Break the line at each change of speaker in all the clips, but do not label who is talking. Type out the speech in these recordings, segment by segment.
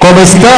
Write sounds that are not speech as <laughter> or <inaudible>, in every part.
como estão?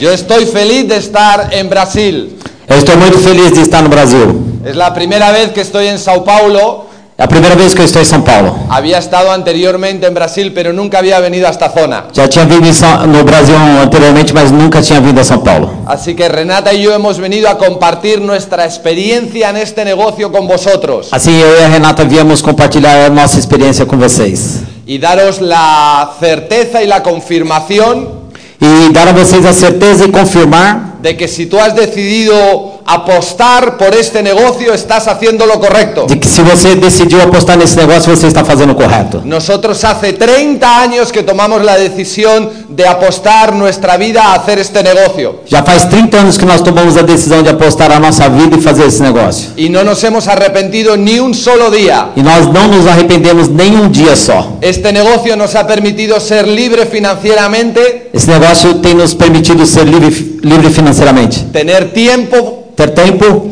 Yo estoy feliz de estar en Brasil.
Eu estou muito feliz de estar no Brasil.
Es la primera vez que estoy en Sao Paulo.
É a primeira vez que eu estou em São Paulo.
Había estado anteriormente en Brasil, pero nunca había venido a esta zona.
Já tinha vindo em São- no Brasil anteriormente, mas nunca tinha vindo a São Paulo.
Así que Renata y yo hemos venido a compartir nuestra experiencia en este negocio con vosotros
Assim, eu e a Renata viemos compartilhar a nossa experiência com vocês.
y daros la certeza y la confirmación
E dar a vocês a certeza e confirmar
de que si tú has decidido apostar por este negocio, estás haciendo lo correcto.
de que se você decidiu apostar nesse negócio, você está fazendo o correto.
Nosotros hace 30 años que tomamos la decisión de apostar nuestra vida a hacer este negocio
Já faz 30 anos que nós tomamos a decisão de apostar a nossa vida e fazer esse negócio.
y no nos hemos arrepentido ni un solo día.
E nós não nos arrependemos nem um dia só.
Este negocio nos ha permitido ser libre financieramente,
Esse negócio tem nos permitido ser livre, livre financeiramente.
tener tiempo,
Ter tempo,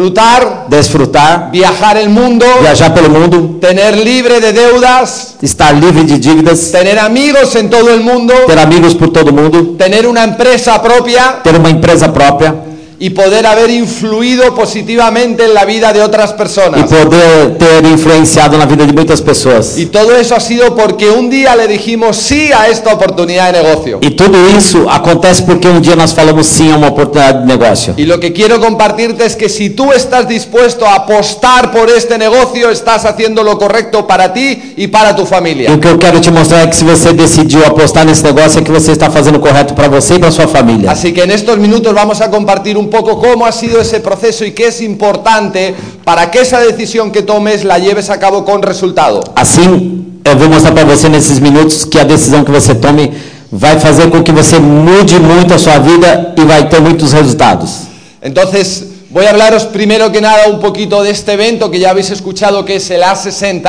disfrutar,
desfrutar,
viajar el mundo,
viajar pelo mundo,
tener libre de deudas,
estar livre de dívidas,
tener amigos en todo el mundo,
ter amigos por todo mundo,
tener una empresa propia
ter uma empresa própria
y poder haber influido positivamente en la vida de otras
e
personas.
poder ter influenciado na vida de muitas pessoas.
Y todo eso ha sido porque un día le dijimos sí a esta oportunidad de negocio.
E tudo isso acontece porque um dia nós falamos sim a uma oportunidade de negócio.
Y lo que quiero compartirte es que si tú estás dispuesto a apostar por este negocio, estás haciendo lo correcto para ti y para tu
E o
familia.
que eu quero te mostrar é que se você decidiu apostar nesse negócio, é que você está fazendo o correto para você e para sua família.
Así que en estos minutos vamos a compartir un poco cómo ha sido ese proceso y qué es importante para que esa decisión que tomes la lleves a cabo con resultado.
Assim, eu vou mostrar para você nesses minutos que a decisão que você tome vai fazer com que você mude muito a sua vida e vai ter muitos resultados.
Entonces, voy a hablaros primero que nada un poquito de este evento que ya habéis escuchado que es el A60.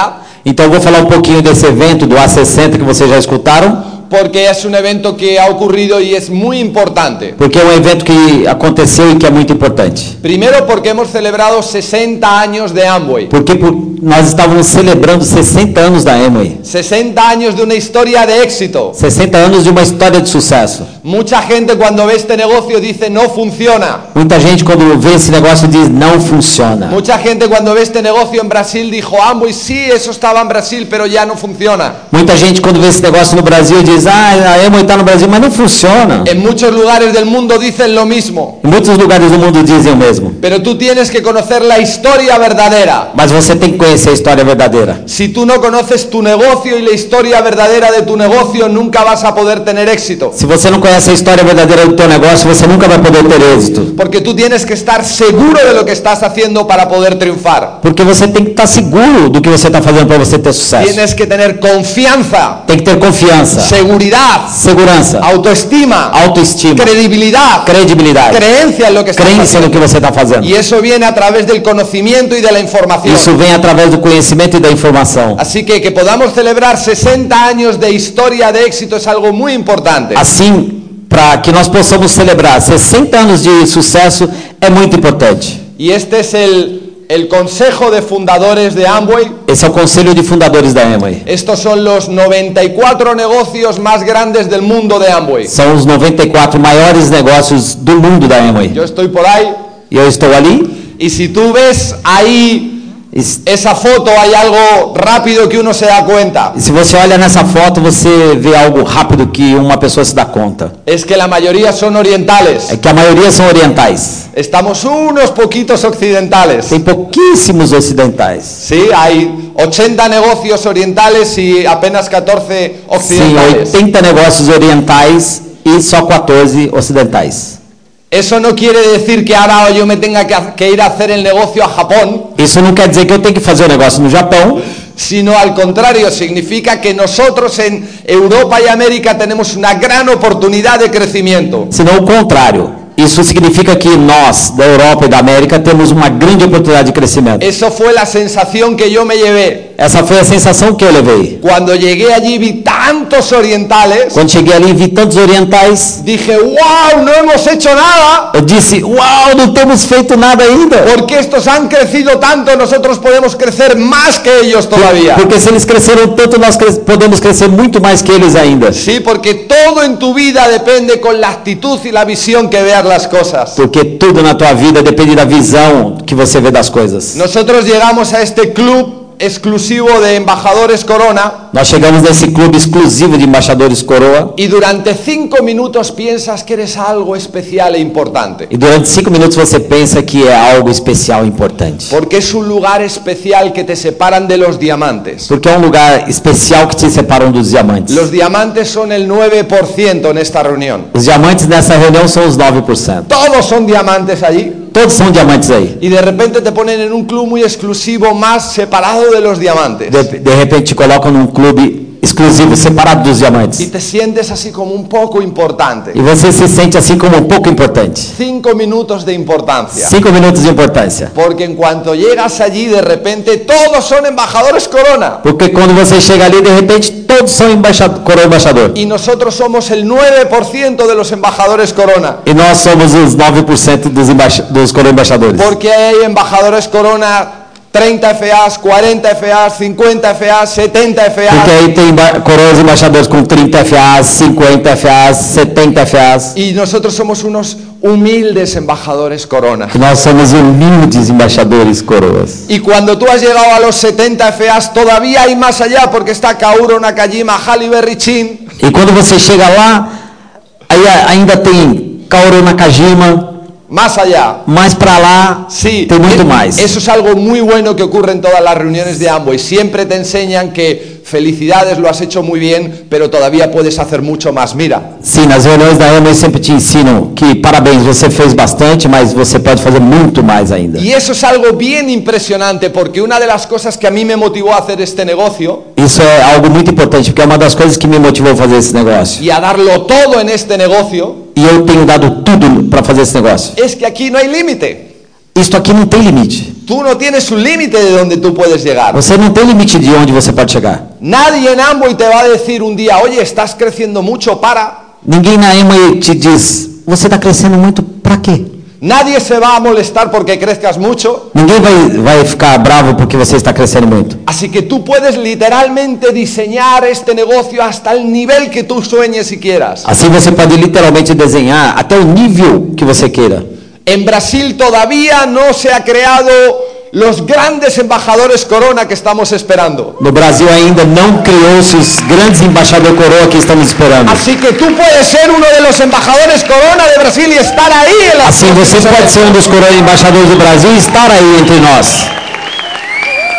Então, eu vou falar um pouquinho desse evento do A60 que vocês já escutaram,
porque es un evento que ha ocurrido y es muy importante.
porque é um evento que aconteceu e que é muito importante.
Primero porque hemos celebrado 60 años de Amway,
Porque por- nós estávamos celebrando 60 anos da Amway.
60 años de una historia de éxito.
60 anos de uma história de sucesso.
Mucha gente cuando ve este negocio dice no funciona.
Muita gente quando vê esse negócio diz não funciona.
Mucha gente cuando ve este negocio en Brasil dijo Amway sí, eso estaba en Brasil, pero ya no funciona.
Muita gente quando vê esse negócio no Brasil diz, ah, a Emo está no Brasil, mas não funciona.
En muchos lugares del mundo dicen lo mismo.
Em muitos lugares do mundo dizem o mesmo.
Pero tú tienes que conocer la historia verdadera.
Mas você tem que conhecer a história verdadeira.
Si tú no conoces tu negocio y la historia verdadera de tu negocio, nunca vas a poder tener éxito.
Se você não conhece a história verdadeira do teu negócio, você nunca vai poder ter êxito.
Porque tú tienes que estar seguro de lo que estás haciendo para poder triunfar.
Porque você tem que estar seguro do que você está fazendo para você ter sucesso.
Tienes que tener confianza,
Tem que ter confiança,
seguridad,
segurança,
autoestima,
autoestima,
credibilidad,
credibilidade,
creencia en lo que estás
crença no
haciendo.
que você está fazendo.
Y eso viene a través del conocimiento y de la
Isso
información.
vem através do conhecimento e da informação.
Así que que podamos celebrar 60 años de historia de éxito es algo muy importante.
Assim, para que nós possamos celebrar 60 anos de sucesso é muito importante.
Y este es el, el consejo de fundadores de Amway.
Esse é o conselho de fundadores da Amway.
Estos son los 94 negocios más grandes del mundo de Amway.
São os 94 maiores negócios do mundo da Amway.
Yo estoy por ahí.
E eu estou ali.
Y si tú ves ahí
E se
esa foto, hay algo rápido que uno se da cuenta.
e se você olha nessa foto, você vê algo rápido que uma pessoa se dá conta.
Es que la mayoría son orientales.
É que a maioria são orientais.
Estamos unos poquitos occidentales.
Tem pouquíssimos ocidentais.
Sí, hay 80 negocios orientales y apenas 14
Sim,
occidentales.
80 negócios orientais e só 14 ocidentais.
Eso no quiere decir que ahora yo me tenga que ha- que ir a hacer el negocio a Japón,
Isso não quer dizer que eu tenho que fazer o negócio no Japão,
sino al contrario, significa que nosotros en Europa y América tenemos una gran oportunidad de crecimiento.
senão o contrário. Isso significa que nós, da Europa e da América, temos uma grande oportunidade de crescimento.
Eso fue la sensación que yo me llevé.
Essa foi a sensação que eu levei.
Cuando llegué allí vi tantos orientales,
Quando cheguei ali e vi tantos orientais,
dije, wow, no hemos hecho nada,
eu disse: Uau, não temos feito nada ainda.
porque estos han crecido tanto, nosotros podemos crecer más que ellos todavía.
Porque se eles cresceram tanto, nós cres- podemos crescer muito mais que eles ainda.
Sí, porque todo todo en tu vida depende con la actitud y la visión que veas las cosas.
Porque tudo na tua vida depende da visão que você vê das coisas.
Nosotros llegamos a este club exclusivo de embajadores Corona
Nós chegamos nesse clube exclusivo de embaixadores coroa
y durante cinco minutos piensas que eres algo especial e importante.
e durante cinco minutos você pensa que é algo especial e importante.
Porque es un lugar especial que te separan de los diamantes.
Porque é um lugar especial que te separa um dos diamantes.
Los diamantes son el 9% en esta reunión.
Os diamantes nessa reunião são os 9%.
Todos son diamantes allí.
Todos são diamantes aí.
Y de repente te ponen en un club muy exclusivo, más separado de los diamantes.
De, de repente te colocam num clube exclusivo, separado dos
Y
diamantes.
te sientes así como un poco importante.
E você se sente assim como um pouco importante.
Cinco minutos de importancia.
Cinco minutos de importância.
Porque en cuanto llegas allí, de repente todos son embajadores corona.
Porque quando você chega ali, de repente, todos são embaixa- coroa embaixador.
Y nosotros somos el 9% de los embajadores corona.
E nós somos os 9% dos, embaixa- dos coroa embaixadores.
Porque hay embajadores corona 30 FAs, 40 FAs, 50 FAs, 70
Porque
FAs.
aí tem emba- coroas embaixadores com 30 FAs, 50 FAs, 70 FAs.
Y nosotros somos unos humildes embajadores corona.
E nós somos humildes embaixadores coroas.
Y cuando tú has llegado a los 70 FAs, todavía hay más allá porque está Kauro Nakajima, Halle Chin.
E quando você chega lá, aí a- ainda tem Kaoru Nakajima,
Más allá.
mais pra lá,
Sí,
tem muito
e-
mais.
eso es algo muy bueno que ocurre en todas las reuniones de Amway. Siempre te enseñan que felicidades, lo has hecho muy bien, pero todavía puedes hacer mucho más. Mira,
Sim, nas reuniões da AMA sempre te ensinam que parabéns, você fez bastante, mas você pode fazer muito mais ainda.
y eso es algo bien impresionante porque una de las cosas que a mí me motivó a hacer este negocio
Isso é algo muito importante, porque é uma das coisas que me motivou a fazer esse negócio.
y a darlo todo en este negocio
E eu tenho dado tudo pra fazer ese negócio.
es que aquí no hay límite.
Isso aqui não tem limite.
Tú no tienes un límite de donde tú puedes llegar.
Você não tem limite de onde você pode chegar.
Nadie en Amway te va a decir un día, oye, estás creciendo mucho, para.
Ninguém na EMA te diz, você está crescendo muito pra quê?
Nadie se va a molestar porque crezcas mucho.
Ninguém vai, vai ficar bravo porque você está crescendo muito.
Así que tú puedes literalmente diseñar este negocio hasta el nivel que tú sueñes y quieras.
Assim você pode literalmente desenhar até o nível que você queira.
En Brasil todavía no se ha creado los grandes embajadores corona que estamos esperando.
No Brasil ainda não criou-se os grandes embaixador coroa que estamos esperando.
Así que tú puedes ser uno de los embajadores corona de Brasil y estar ahí en la
Assim você pode ser um dos coroa embaixadores do Brasil e estar aí entre nós.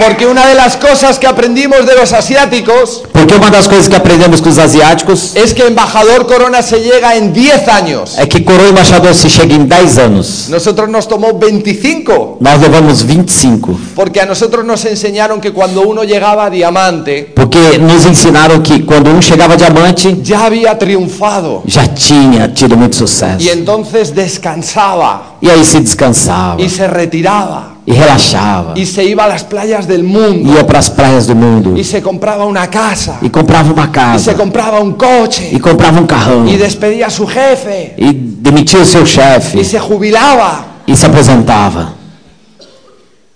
Porque una de las cosas que aprendimos de los asiáticos
Porque uma das coisas que aprendemos com os asiáticos
es que embajador corona se llega en 10 años.
é que coroa embaixador se chega em 10 anos.
Nosotros nos tomó 25,
Nós levamos 25.
porque a nosotros nos enseñaron que cuando uno llegaba a diamante,
Porque nos ensinaram que quando um chegava diamante,
ya había triunfado.
já tinha tido muito sucesso.
Y entonces descansaba,
E aí se descansava,
y se retiraba,
e relaxava,
y se iba a las playas del mundo,
ia para as praias do mundo,
y se compraba una casa,
e comprava uma
y se
casa,
compraba un
e
coche,
comprava um carrão,
y despedía a su jefe,
e demitia o seu chefe,
y se jubilaba.
e se aposentava.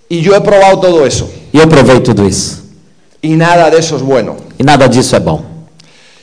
Y yo he probado todo eso,
E eu provei tudo isso.
y nada de eso es bueno.
E nada disso é bom.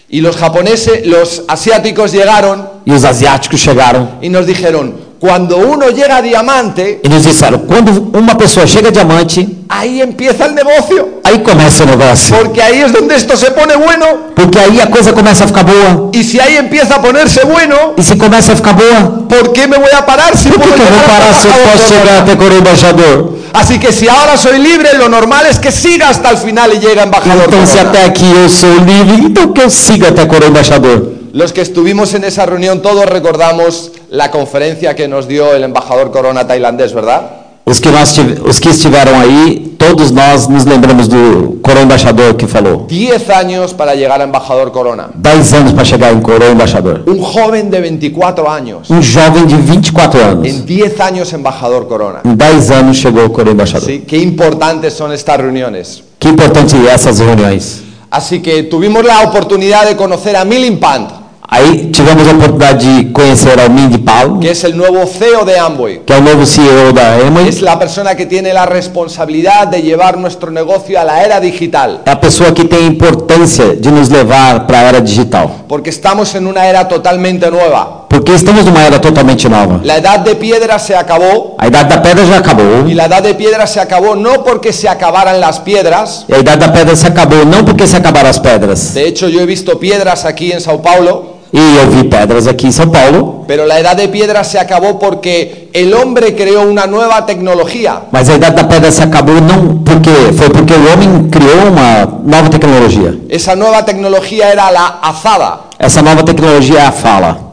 Y los japoneses, los asiáticos llegaron
E os asiáticos chegaram
y nos dijeron, cuando uno llega a diamante,
e nos disseram: quando uma pessoa chega a diamante,
ahí empieza el negocio,
aí começa o negócio.
porque ahí es donde esto se pone bueno,
Porque aí a coisa começa a ficar boa.
y si ahí empieza a ponerse bueno,
E se começa a ficar boa,
¿Por qué me voy a parar si
por
puedo
que, que eu
llegar
vou
a
parar se eu
trabajar
posso
otro
chegar
día?
até coroa embaixador?
Así que si ahora soy libre, lo normal es que siga hasta el final y llega embajador.
Então, se
corona.
até aqui eu sou livre, então que eu siga até coroa embaixador.
Los que estuvimos en esa reunión todos recordamos la conferencia que nos dio el embajador corona tailandés, ¿verdad?
Os que, nós tive- os que estiveram aí, todos nós nos lembramos do coroa embaixador que falou.
Diez años para llegar a embajador corona.
10 anos para chegar em coroa embaixador.
Un joven de 24 años.
Um jovem de 24 anos.
En 10 años embajador corona.
Em 10 anos chegou o coroa embaixador.
Sí, qué importantes son estas reuniones.
Que importante é essas reuniões.
Así que tuvimos la oportunidad de conocer a Milling Pand.
A Aí tivemos a oportunidade de conhecer ao Ming Paulo,
que es el nuevo CEO de Amway.
que é o novo CEO da Amway.
Es la persona que tiene la responsabilidad de llevar nuestro negocio a la era digital,
É a pessoa que tem a importância de nos levar para a era digital.
porque estamos en una era totalmente nueva.
Porque estamos numa era totalmente nova.
La edad de piedra se acabó
A idade da pedra já acabou.
y la edad de piedra se acabó no porque se acabaran las piedras.
E a idade da pedra se acabou não porque se acabaram as pedras.
De hecho, yo he visto piedras aquí en Sao Paulo,
E eu vi pedras aqui em São Paulo,
pero la edad de piedra se acabó porque el hombre creó una nueva tecnología.
mas a idade da pedra se acabou não porque foi porque o homem criou uma nova tecnologia.
Esa nueva tecnología era la azada.
Essa nova tecnologia é a fala.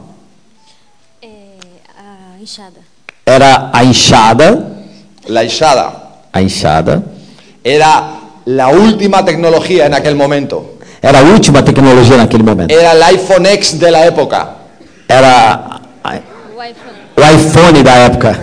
É, a enxada.
Era a enxada,
La Ishada
a enxada
era la última tecnología en aquel momento.
era a última tecnologia naquele momento.
Era el iPhone X de la época.
Era a-
O iPhone.
o iPhone da época,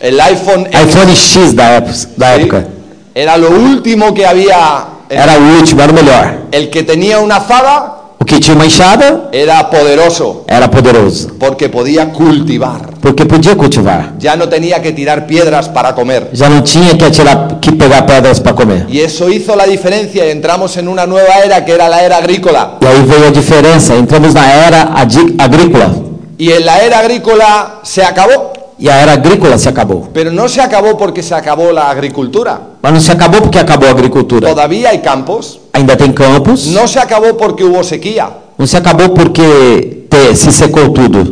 El iPhone X
iPhone X da época, da época.
era lo último que había.
Era o último, era o melhor.
El que tenía una azada
O que tinha uma enxada
era poderoso
era poderoso,
porque podía cultivar.
porque podia cultivar.
Ya no tenía que tirar piedras para comer.
Já não tinha que atirar, que pegar pedras para comer.
Y eso hizo la diferencia y entramos en una nueva era que era la era agrícola.
E aí veio a diferença. Entramos na era adi- agrícola.
Y en la era agrícola se acabó.
E a era agrícola se acabó.
Pero no se acabó porque se acabó la agricultura.
Mas não se acabou porque acabou a agricultura.
Todavía hay campos.
Ainda tem campos.
No se acabó porque hubo sequía.
Não se acabou porque te- se secou tudo.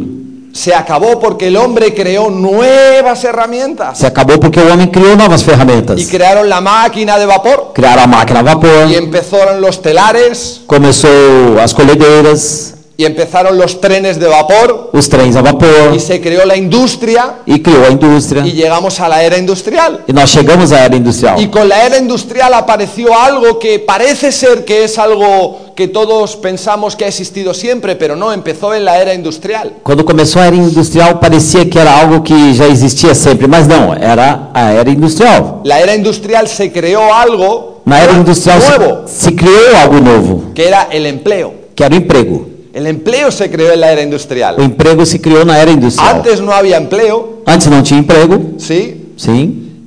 Se acabó porque el hombre creó nuevas herramientas
Se acabó porque o homem criou novas
y
ferramentas.
crearon la máquina de vapor
Criaram a máquina a vapor.
y empezaron los telares
Começou as colhedeiras,
y empezaron los trenes de vapor
os trens a vapor.
y se creó la industria
E criou a indústria.
y llegamos a la era industrial.
E nós chegamos à era industrial.
Y con la era industrial apareció algo que parece ser que es algo que todos pensamos que ha existido siempre, pero no, empezó en la era industrial.
Quando começou a era industrial, parecia que era algo que já existia sempre. Mas não, era a era industrial.
La era industrial se creó algo
Na era industrial
nuevo,
se, se criou algo novo,
que era el empleo.
que era o emprego.
El empleo se creó en la era industrial.
O emprego se criou na era industrial.
Antes no había empleo,
Antes não tinha emprego,
¿sí?
sim,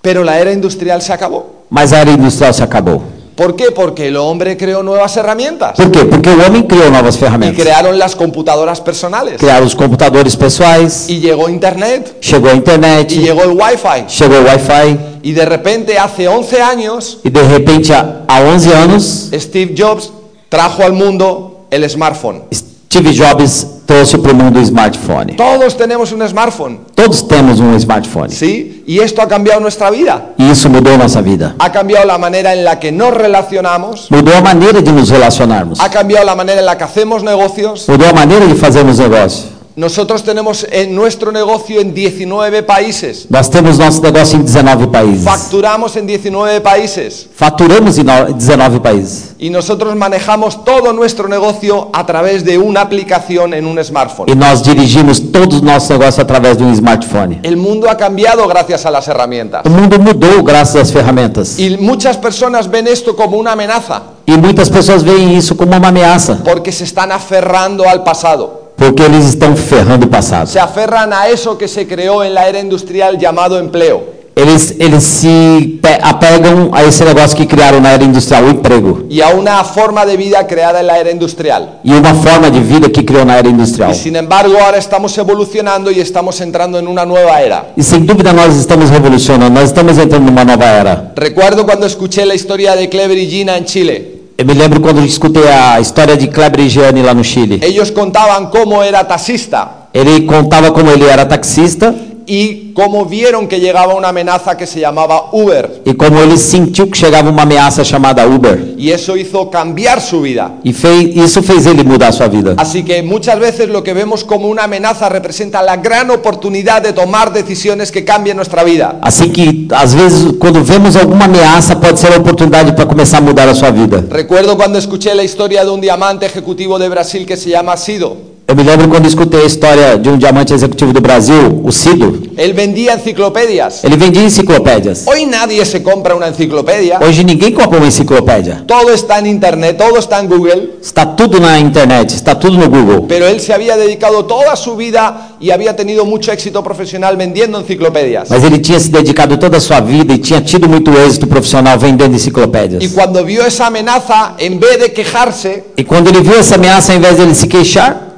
Pero la era industrial se acabó.
mas a era industrial se acabou.
¿Por qué? Porque el hombre creó nuevas herramientas
Por quê? Porque o homem criou novas
y
ferramentas.
crearon las computadoras personales.
Criaram os computadores pessoais,
Y llegó Internet
chegou a
y
internet,
llegó el Wi-Fi.
chegou o Wi-Fi,
Y de repente, hace 11 años,
e de repente, há há 11 anos,
Steve Jobs trajo al mundo el smartphone.
Steve Jobs trouxe para o mundo o smartphone.
Todos tenemos un smartphone,
Todos temos um smartphone.
¿sí? Y esto ha cambiado nuestra vida.
E isso mudou nossa vida.
Ha cambiado la manera en la que nos relacionamos,
Mudou a maneira de nos relacionarmos.
ha cambiado la manera en la que hacemos negocios.
Mudou a maneira de fazermos negócio.
Nosotros tenemos en nuestro negocio en 19 países.
Nós temos nosso negócio em 19 países.
Facturamos en 19 países
Faturamos em no- 19 países.
y nosotros manejamos todo nuestro negocio a través de una aplicación en un
E
smartphone.
nós dirigimos todos os nossos negócios através de um smartphone.
El mundo ha cambiado gracias a las herramientas.
O mundo mudou graças às ferramentas.
Y muchas personas ven esto como una amenaza
E muitas pessoas veem isso como uma ameaça,
porque se están aferrando al pasado.
porque eles estão ferrando o passado.
Se aferran a eso que se creó en la era industrial llamado empleo.
Eles, eles se pe- apegam a esse negócio que criaram na era industrial, o emprego.
Y a una forma de vida creada en la era industrial.
E uma forma de vida que criou na era industrial.
Y sin embargo ahora estamos evolucionando y estamos entrando en una nueva era.
E sem dúvida nós estamos revolucionando, nós estamos entrando numa nova era.
Recuerdo cuando escuché la historia de Clever y Gina en Chile.
Eu me lembro quando escutei a história de Kleber e Gianni lá no Chile.
Ellos contaban cómo era taxista
Ele contava como ele era taxista
y cómo vieron que llegaba una amenaza que se llamaba Uber.
e como ele sentiu que chegava uma ameaça chamada Uber.
Y eso hizo cambiar su vida.
E fez, isso fez ele mudar a sua vida.
Así que muchas veces lo que vemos como una amenaza representa la gran oportunidad de tomar decisiones que cambien nuestra vida.
Assim que, às vezes, quando vemos alguma ameaça, pode ser a oportunidade para começar a mudar a sua vida.
Recuerdo cuando escuché la historia de un diamante ejecutivo de Brasil que se llama Sido.
Eu Eu me lembro quando escutei a história de um diamante executivo do Brasil, o Cido.
Él vendía enciclopedias.
Ele vendia enciclopédias.
Hoy nadie se compra una enciclopedia.
Hoje ninguém compra uma enciclopédia.
Todo está en internet, todo está en Google.
Está tudo na internet, está tudo no Google.
Pero él se había dedicado toda su vida y había tenido mucho éxito profesional vendiendo enciclopedias.
Mas ele tinha se dedicado toda a sua vida e tinha tido muito êxito profissional vendendo
Y
enciclopédias.
cuando vio esa amenaza, en vez de quejarse,
E quando ele viu essa ameaça, ao invés dele se queixar,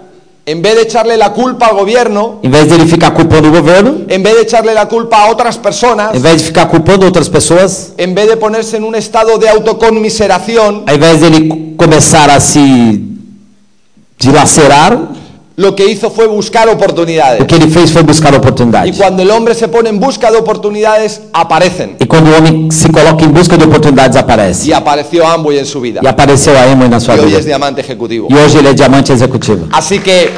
en vez de echarle la culpa al gobierno,
em vez dele ficar culpando o governo,
en vez de echarle la culpa a otras personas,
em vez de ficar culpando outras pessoas,
en vez de ponerse en un estado de autoconmiseración,
ao invés dele c- começar a se dilacerar,
lo que hizo fue buscar oportunidades.
o que ele fez foi buscar
Y
oportunidade.
cuando el hombre se pone en busca de oportunidades, aparecen.
E quando o homem se coloca em busca de oportunidades, aparece.
Y apareció Amway en su vida.
E apareceu a Emory na sua
Y hoy es
vida.
diamante ejecutivo.
E hoje ele é diamante executivo.
Así que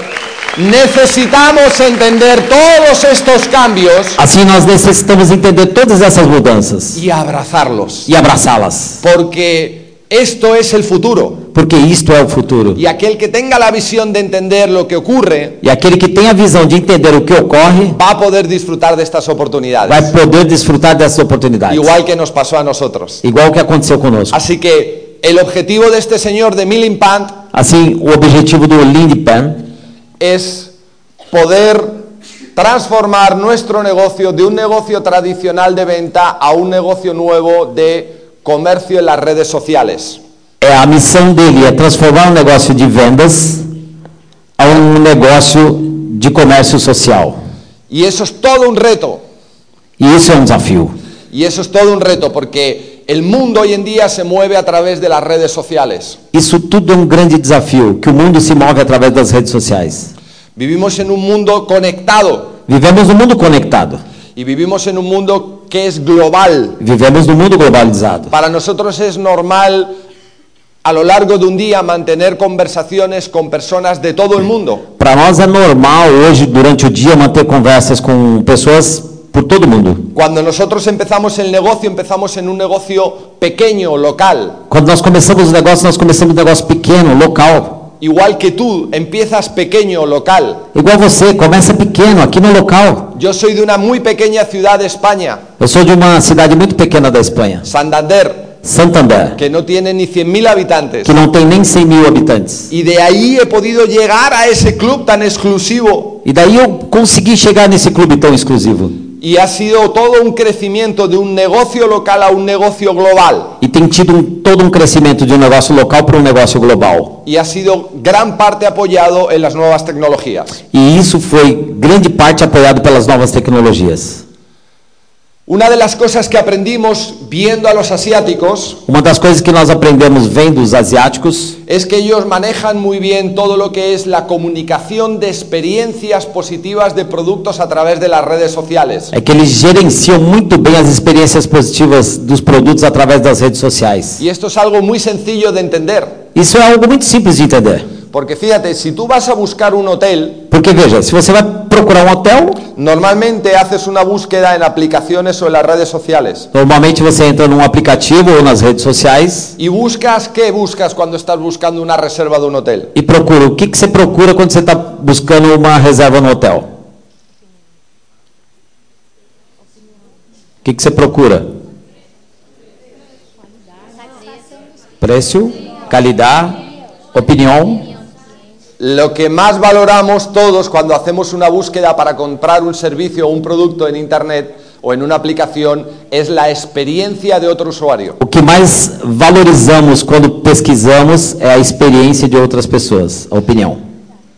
necesitamos entender todos estos cambios
Assim nós necessitamos entender todas essas mudanças
y abrazarlos.
e abraçá-las,
Porque esto es el futuro.
porque isto é o futuro.
Y aquel que tenga la visión de entender lo que ocurre
E aquele que tem a visão de entender o que ocorre
va a poder disfrutar de estas oportunidades.
vai poder desfrutar dessas oportunidades,
Igual que nos pasó a nosotros.
igual que aconteceu conosco.
Así que el objetivo de este señor de Milling Pant
Assim, o objetivo do Lindpen
es poder transformar nuestro negocio de un negocio tradicional de venta a un negocio nuevo de comercio en las redes sociales.
é a missão dele é transformar um negócio de vendas a um negócio de comércio social.
Y eso es todo un reto.
E isso é um desafio.
Y eso es todo un reto porque el mundo hoy en día se mueve a través de las redes sociales.
Isso tudo é um grande desafio, que o mundo se move através das redes sociais.
Vivimos en un mundo conectado
Vivemos num mundo conectado.
y vivimos en un mundo que es global.
Vivemos num mundo globalizado.
Para nosotros es normal a lo largo de un día mantener conversaciones con personas de todo el mundo.
Para nós é normal hoje, durante o dia, manter conversas com pessoas por todo mundo.
Cuando nosotros empezamos el negocio, empezamos en un negocio pequeño, local.
Quando nós começamos o negócio, nós começamos um negócio pequeno, local.
Igual que tú, empiezas pequeño, local.
Igual você, começa pequeno, aqui no local.
Yo soy de una muy pequeña ciudad de España,
Eu sou de uma cidade muito pequena da Espanha,
Santander.
Santander,
que no tiene ni 100.000 habitantes.
que não tem nem 100 mil habitantes.
Y de ahí he podido llegar a ese club tan exclusivo.
E daí eu consegui chegar nesse clube tão exclusivo.
Y ha sido todo un crecimiento de un negocio local a un negocio global.
E tem tido um- todo um crescimento de um negócio local para um negócio global.
Y ha sido gran parte apoyado en las nuevas tecnologías.
E isso foi grande parte apoiado pelas novas tecnologias.
Una de las cosas que aprendimos viendo a los asiáticos
Uma das coisas que nós aprendemos vendo os asiáticos
es que ellos manejan muy bien todo lo que es la comunicación de experiencias positivas de productos a través de las redes sociales.
é que eles gerenciam muito bem as experiências positivas dos produtos através das redes sociais.
Y esto es algo muy sencillo de entender.
Isso é algo muito simples de entender.
Porque fíjate, si tú vas a buscar un hotel,
Porque veja, se você vai procurar um hotel,
Normalmente haces una búsqueda en aplicaciones o en las redes sociales.
normalmente você entra num aplicativo ou nas redes sociais
¿Y buscas qué buscas cuando estás buscando una reserva de un hotel?
e procura. O que, que você procura quando você está buscando uma reserva no hotel? O que, que você procura? Preço, qualidade, opinião.
Lo que más valoramos todos cuando hacemos una búsqueda para comprar un servicio o un producto en Internet o en una aplicación es la experiencia de otro usuario.
O que mais valorizamos quando pesquisamos é a experiência de outras pessoas, a opinião.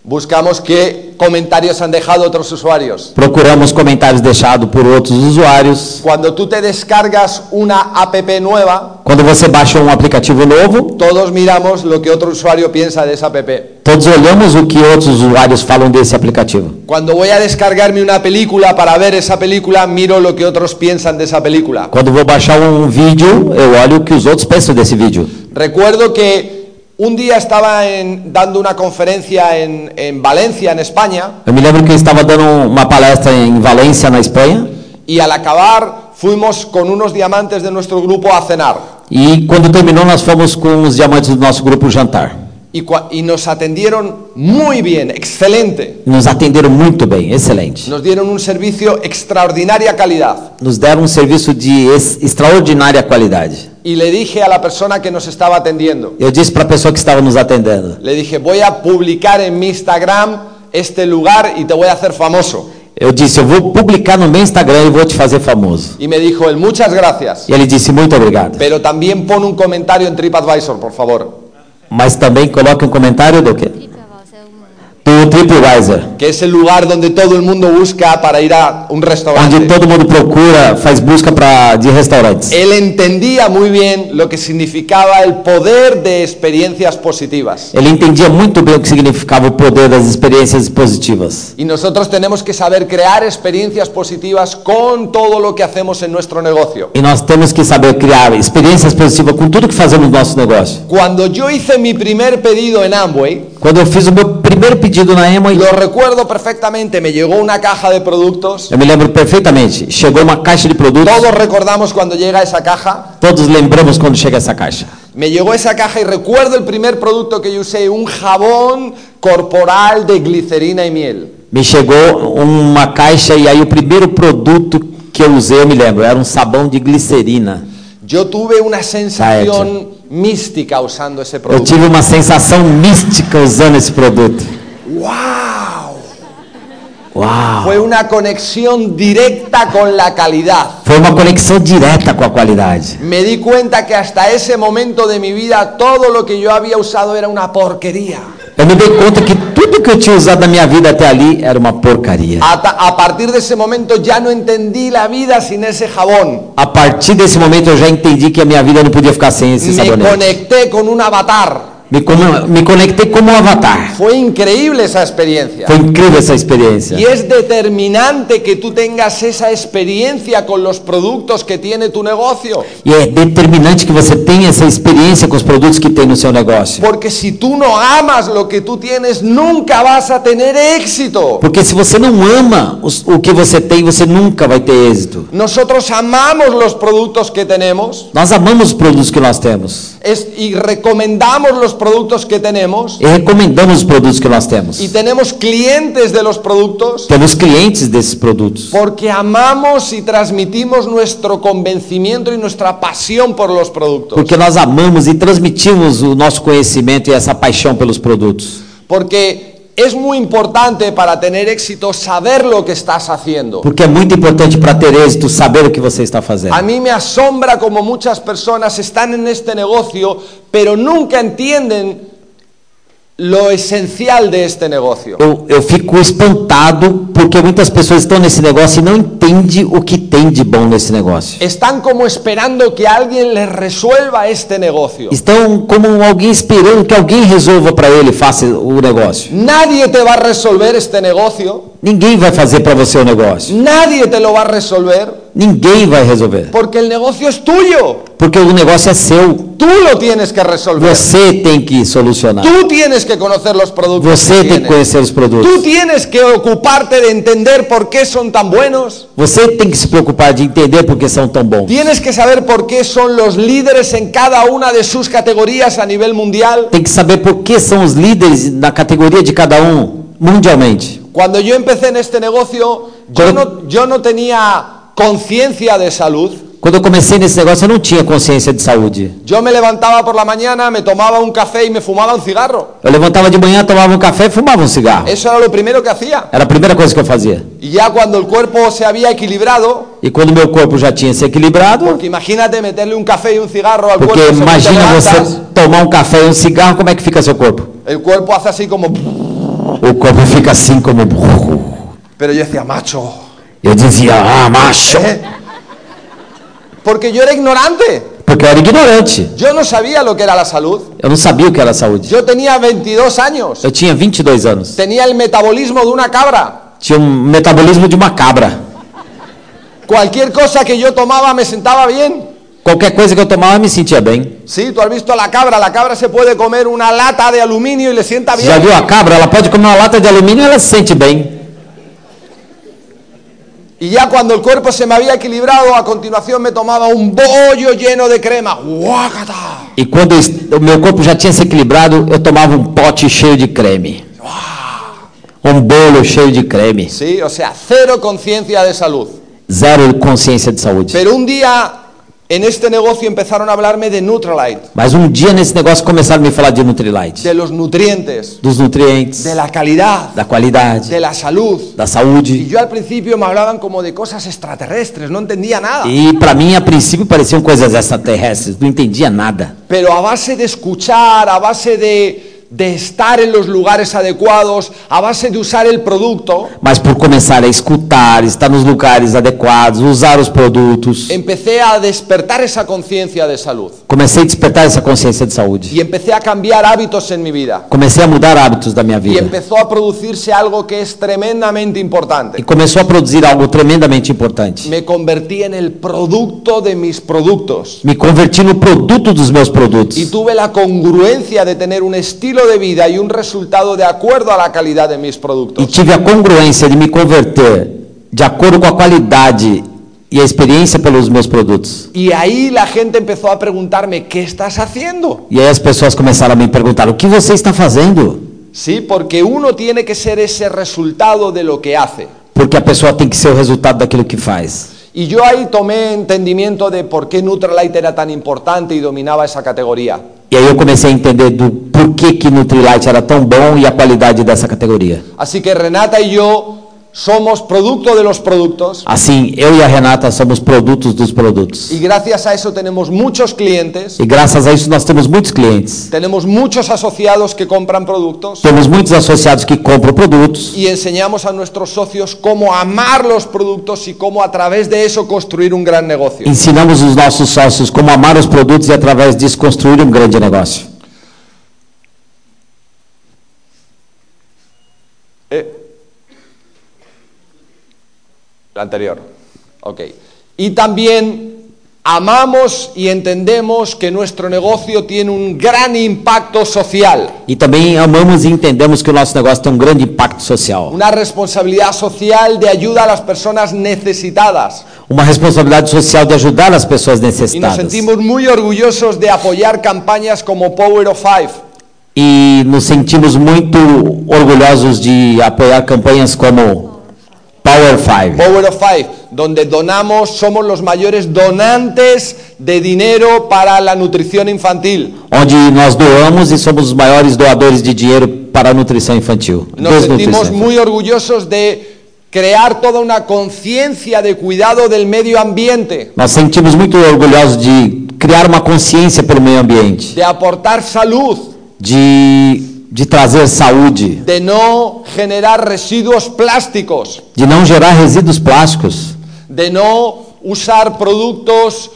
Buscamos qué comentarios han dejado otros usuarios.
Procuramos comentários deixados por outros usuários.
Cuando tú te descargas una app nueva,
Quando você baixa um aplicativo novo,
todos miramos lo que otro usuario piensa de esa app.
todos olhamos o que outros usuários falam desse aplicativo.
Cuando voy a descargarme una película para ver esa película, miro lo que otros piensan de esa película.
Quando vou baixar um vídeo, eu olho o que os outros pensam desse vídeo.
Recuerdo que un día estaba en- dando una conferencia en, en Valencia, en España,
Eu me lembro que eu estava dando uma palestra em Valência, na Espanha,
y al acabar fuimos con unos diamantes de nuestro grupo a cenar.
e quando terminou nós fomos com os diamantes do nosso grupo jantar.
Y, cua- y nos atendieron muy bien, excelente.
Nos atenderam muito bem, excelente.
Nos dieron un servicio extraordinaria calidad.
Nos deram um serviço de ex- extraordinária qualidade.
Y le dije a la persona que nos estaba atendiendo,
Eu disse para a pessoa que estava nos atendendo:
le dije, voy a publicar en mi Instagram este lugar y te voy a hacer famoso.
Eu disse, eu vou publicar no meu Instagram e vou te fazer famoso.
Y me dijo él, muchas gracias.
E ele disse, muito obrigado.
Pero también pon un comentario en TripAdvisor, por favor.
Mas também coloque um comentário do quê?
TripAdvisor é um-
Do TripAdvisor,
Que es el lugar donde todo el mundo busca para ir a un
onde
restaurante.
todo mundo procura, faz busca pra, de restaurantes.
Él entendía muy bien lo que significaba el poder de experiencias positivas.
Ele entendia muito bem o que significava o poder das experiências positivas.
Y nosotros tenemos que saber crear experiencias positivas con todo lo que hacemos en nuestro negocio.
E nós temos que saber criar experiências positivas com tudo que fazemos no nosso negócio.
Cuando yo hice mi primer pedido en Amway,
Quando eu fiz o meu primeiro pedido na Emma,
lo recuerdo perfectamente, me llegó una caja de productos.
eu me lembro perfeitamente. Chegou uma caixa de produtos.
Todos recordamos cuando llega esa caja.
Todos lembramos quando chega essa caixa.
Me llegó esa caja y recuerdo el primer producto que yo usé, un jabón corporal de glicerina y miel.
Me chegou uma caixa e aí o primeiro produto que eu usei, eu me lembro, era um sabão de glicerina.
Yo tuve una sensación mística usando ese
Eu
producto.
tive uma sensação mística usando ese produto.
¡Wow!
Uau!
Fue una conexión directa con la calidad.
Foi uma conexão direta com a qualidade.
Me di cuenta que hasta ese momento de mi vida todo lo que yo había usado era una porquería.
Eu me dei conta que tudo que eu tinha usado na minha vida até ali era uma porcaria.
A, ta- a partir de ese momento ya no entendí la vida sin ese jabón.
A partir desse momento eu já entendi que a minha vida não podia ficar sem esse
Me
sabonete.
conecté con un avatar.
Me, con- me conectei como um avatar.
Fue increíble esa experiencia.
Foi incrível essa
Y
experiência.
es determinante que tú tengas esa experiencia con los productos que tiene tu negocio.
E é determinante que você tenha essa experiência com os produtos que tem no seu negócio.
Porque si tú no amas lo que tú tienes, nunca vas a tener éxito.
Porque se você não ama os- o que você tem, você nunca vai ter êxito.
Nosotros amamos los productos que tenemos
Nós amamos os produtos que nós temos.
es- y recomendamos los productos que tenemos
E recomendamos os produtos que nós temos.
y tenemos clientes de los productos
Temos clientes desses produtos.
porque amamos y transmitimos nuestro convencimiento y nuestra pasión por los productos.
Porque nós amamos e transmitimos o nosso conhecimento e essa paixão pelos produtos.
Porque es muy importante para tener éxito saber lo que estás haciendo.
Porque é muito importante para ter êxito saber o que você está
A
fazendo.
mí me asombra como muchas personas están en este negocio, pero nunca entienden lo esencial de este negocio.
Eu, eu fico espantado porque muitas pessoas estão nesse negócio e não entendem o que tem de bom nesse negócio.
Están como esperando que alguien les resuelva este negocio.
Estão como alguém esperando que alguém resolva para ele, faça o negócio.
Nadie te va a resolver este negocio,
Ninguém vai fazer para você o negócio.
nadie te lo va a resolver,
Ninguém vai resolver.
porque el negocio es tuyo.
Porque o negócio é seu.
Tú lo tienes que resolver.
Você tem que solucionar.
Tú tienes que conocer los productos.
Você tem
que
que
tienes.
conhecer os
Tú
produtos.
tienes que ocuparte de entender por qué son tan buenos.
Você tem que se preocupar de entender por que são tão bons.
Tienes que saber por qué son los líderes en cada una de sus categorías a nivel mundial.
Tem que saber por que são os líderes na categoria de cada um mundialmente.
Cuando yo empecé en este negocio, yo
Pero-
no, yo no tenía conciencia de salud.
Quando eu comecei nesse negócio, eu não tinha consciência de saúde.
Yo me levantaba por la mañana, me tomaba un café y me fumaba un cigarro.
Eu levantava de manhã, tomava um café e fumava um cigarro.
Eso era lo primero que hacía.
Era a primeira coisa que eu fazia.
Y ya cuando el cuerpo se había equilibrado,
E quando meu corpo já tinha se equilibrado,
porque imagínate meterle un café y un cigarro al
porque
cuerpo, según te
imagina você
levantas,
tomar um café e um cigarro, como é que fica seu corpo?
el cuerpo hace así como...
O corpo fica assim como.
Pero yo decía, macho,
Eu dizia, ah, macho!
¿Eh? Porque yo era ignorante.
Porque eu era ignorante.
Yo no sabía lo que era la salud.
Eu não sabia o que era saúde.
Yo tenía 22 años.
Eu tinha 22 anos.
Tenía el metabolismo de una cabra.
Tinha um metabolismo de uma cabra.
Cualquier cosa que yo tomaba me sentaba bien.
Qualquer coisa que eu tomava, eu me sentia bem.
Sí, tú has visto a la cabra. La cabra se puede comer una lata de aluminio y le sienta
Você já
bien.
viu a cabra? Ela pode comer uma lata de alumínio e ela se sente bem.
Y ya cuando el cuerpo se me había equilibrado, a continuación me tomaba un bollo lleno de crema. ¡Guácata!
E quando eu est- o meu corpo já tinha se equilibrado, eu tomava um pote cheio de creme. Um bolo cheio de creme.
¿sí? O sea, cero conciencia de salud.
Zero consciência de saúde.
Pero un día en este negocio empezaron a hablarme de Nutralite,
Mas um dia nesse negócio começaram a me falar de Nutrilite.
de los nutrientes,
Dos nutrientes,
de la calidad,
da qualidade,
de la salud.
da
Y
saúde.
yo al principio me hablaban como de cosas extraterrestres, no entendía nada.
E para mim, a princípio, pareciam coisas extraterrestres. Não entendia nada.
Pero a base de escuchar, a base de, de estar en los lugares adecuados, a base de usar el producto,
Mas por começar a escutar, estar nos lugares adequados, usar os produtos,
empecé a despertar esa conciencia de salud.
comecei a despertar essa consciência de saúde.
Y empecé a cambiar hábitos en mi vida.
Comecei a mudar hábitos da minha
Y
vida.
empezó a producirse algo que es tremendamente
E
importante.
começou a produzir algo tremendamente importante.
Me convertí en el producto de mis productos.
Me converti no produto dos meus
Y
produtos.
tuve la congruencia de tener un estilo de vida y un resultado de acuerdo a la calidad de mis
E
productos.
tive a congruência de me converter de acordo com a qualidade e a experiência pelos meus produtos.
Y ahí la gente empezó a preguntarme, ¿qué estás haciendo?
E aí as pessoas começaram a me perguntar: o que você está fazendo?
Sí, porque uno tiene que ser ese resultado de lo que hace.
Porque a pessoa tem que ser o resultado daquilo que faz.
Y yo ahí tomé entendimiento de por qué Nutralite era tan importante y dominaba esa categoría.
E aí eu comecei a entender do porquê que Nutrilite era tão bom e a qualidade dessa categoria.
Así que Renata y yo somos producto de los productos
Assim, eu e a Renata somos produtos dos produtos.
y gracias a eso tenemos muchos clientes,
E graças a isso nós temos muitos clientes.
tenemos muchos asociados que compran productos
Temos muitos associados que compram produtos.
y enseñamos a nuestros socios cómo amar los productos y cómo a través de eso construir un gran negocio.
Ensinamos os nossos sócios como amar os produtos e através disso construir um grande negócio.
Eh. La anterior. Ok. Y también amamos y entendemos que nuestro negocio tiene un gran impacto social,
E também amamos e entendemos que o nosso negócio tem um grande impacto social.
una responsabilidad social de ayuda a las personas necesitadas.
Uma responsabilidade social de ajudar as pessoas
Y nos
necessitadas.
sentimos muy orgullosos de apoyar campañas como Power of Five,
E nos sentimos muito orgulhosos de apoiar campanhas como Power 5.
Power of Five, donde donamos, somos los mayores donantes de dinero para la nutrición infantil.
onde nós doamos e somos os maiores doadores de dinheiro para a nutrição infantil.
Nos
Desnutrição
sentimos
infantil.
muy orgullosos de crear toda una conciencia de cuidado del medio ambiente,
Nós sentimos muito orgulhosos de criar uma consciência pelo meio ambiente,
de aportar salud,
de, de trazer saúde,
de no generar residuos plásticos,
de não gerar resíduos plásticos,
de no usar productos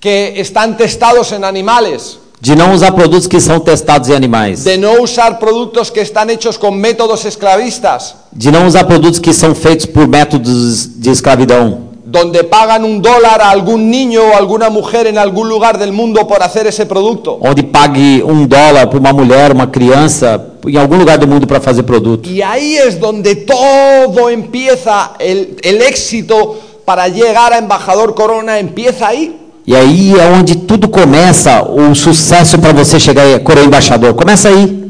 que están testados en animales,
de não usar produtos que são testados em animais,
de no usar productos que están hechos con métodos esclavistas,
de não usar produtos que são feitos por métodos de escravidão,
donde pagan un dólar a algún niño o alguna mujer en algún lugar del mundo por hacer ese producto.
onde pague um dólar para uma mulher, uma criança, em algum lugar do mundo para fazer produto.
Y ahí es donde todo empieza, el, el éxito para llegar a embajador Corona empieza ahí.
E aí é onde tudo começa, o sucesso para você chegar a coroa embaixador. Começa aí.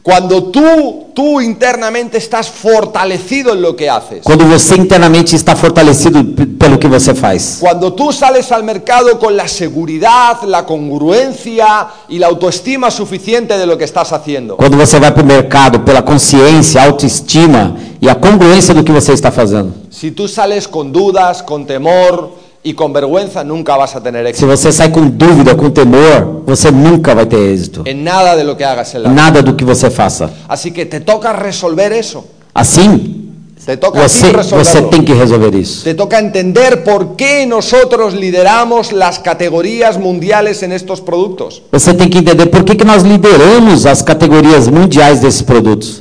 Cuando tú, tú internamente estás fortalecido en lo que haces.
Quando você internamente está fortalecido p- pelo que você faz.
Cuando tú sales al mercado con la seguridad, la congruencia y la autoestima suficiente de lo que estás haciendo.
Quando você vai para o mercado pela consciência, a autoestima e a congruência do que você está fazendo.
Si tú sales con dudas, con temor y con vergüenza, nunca vas a tener
Se
éxito
você sai com dúvida, com temor, você nunca vai ter êxito.
en nada de lo que hagas en la vida.
Nada do que você faça.
Así que te toca resolver eso.
Assim,
Te toca a ti
você, você
resolverlo.
tem que resolver isso.
Te toca entender por qué nosotros lideramos las categorías mundiales en estos productos.
Você tem que entender por que, que nós lideramos as categorias mundiais desses produtos.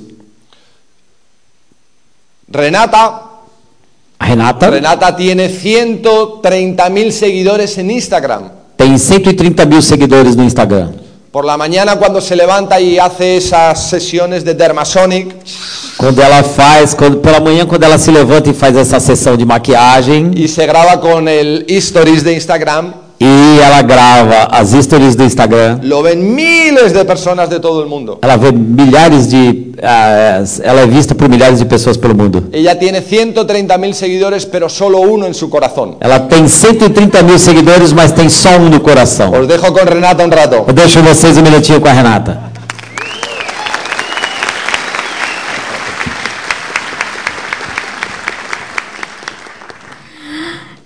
Renata,
A Renata.
Renata tiene 130.000 seguidores en Instagram.
Tem 130 mil seguidores no Instagram.
Por la mañana cuando se levanta y hace esas sesiones de Dermasonic
Quando ela faz, quando, pela manhã, quando ela se levanta e faz essa sessão de maquiagem
y se graba con el stories de Instagram,
E ela grava as stories do Instagram.
Lo ven miles de personas de todo el mundo.
Ela vê milhares de. ah, ela é vista por milhares de pessoas pelo mundo.
Ella tiene 130.000 seguidores, pero solo uno en su corazón.
Ela tem 130 mil seguidores, mas tem só um no coração.
Os dejo con Renata un rato.
Eu deixo vocês um minutinho com a Renata.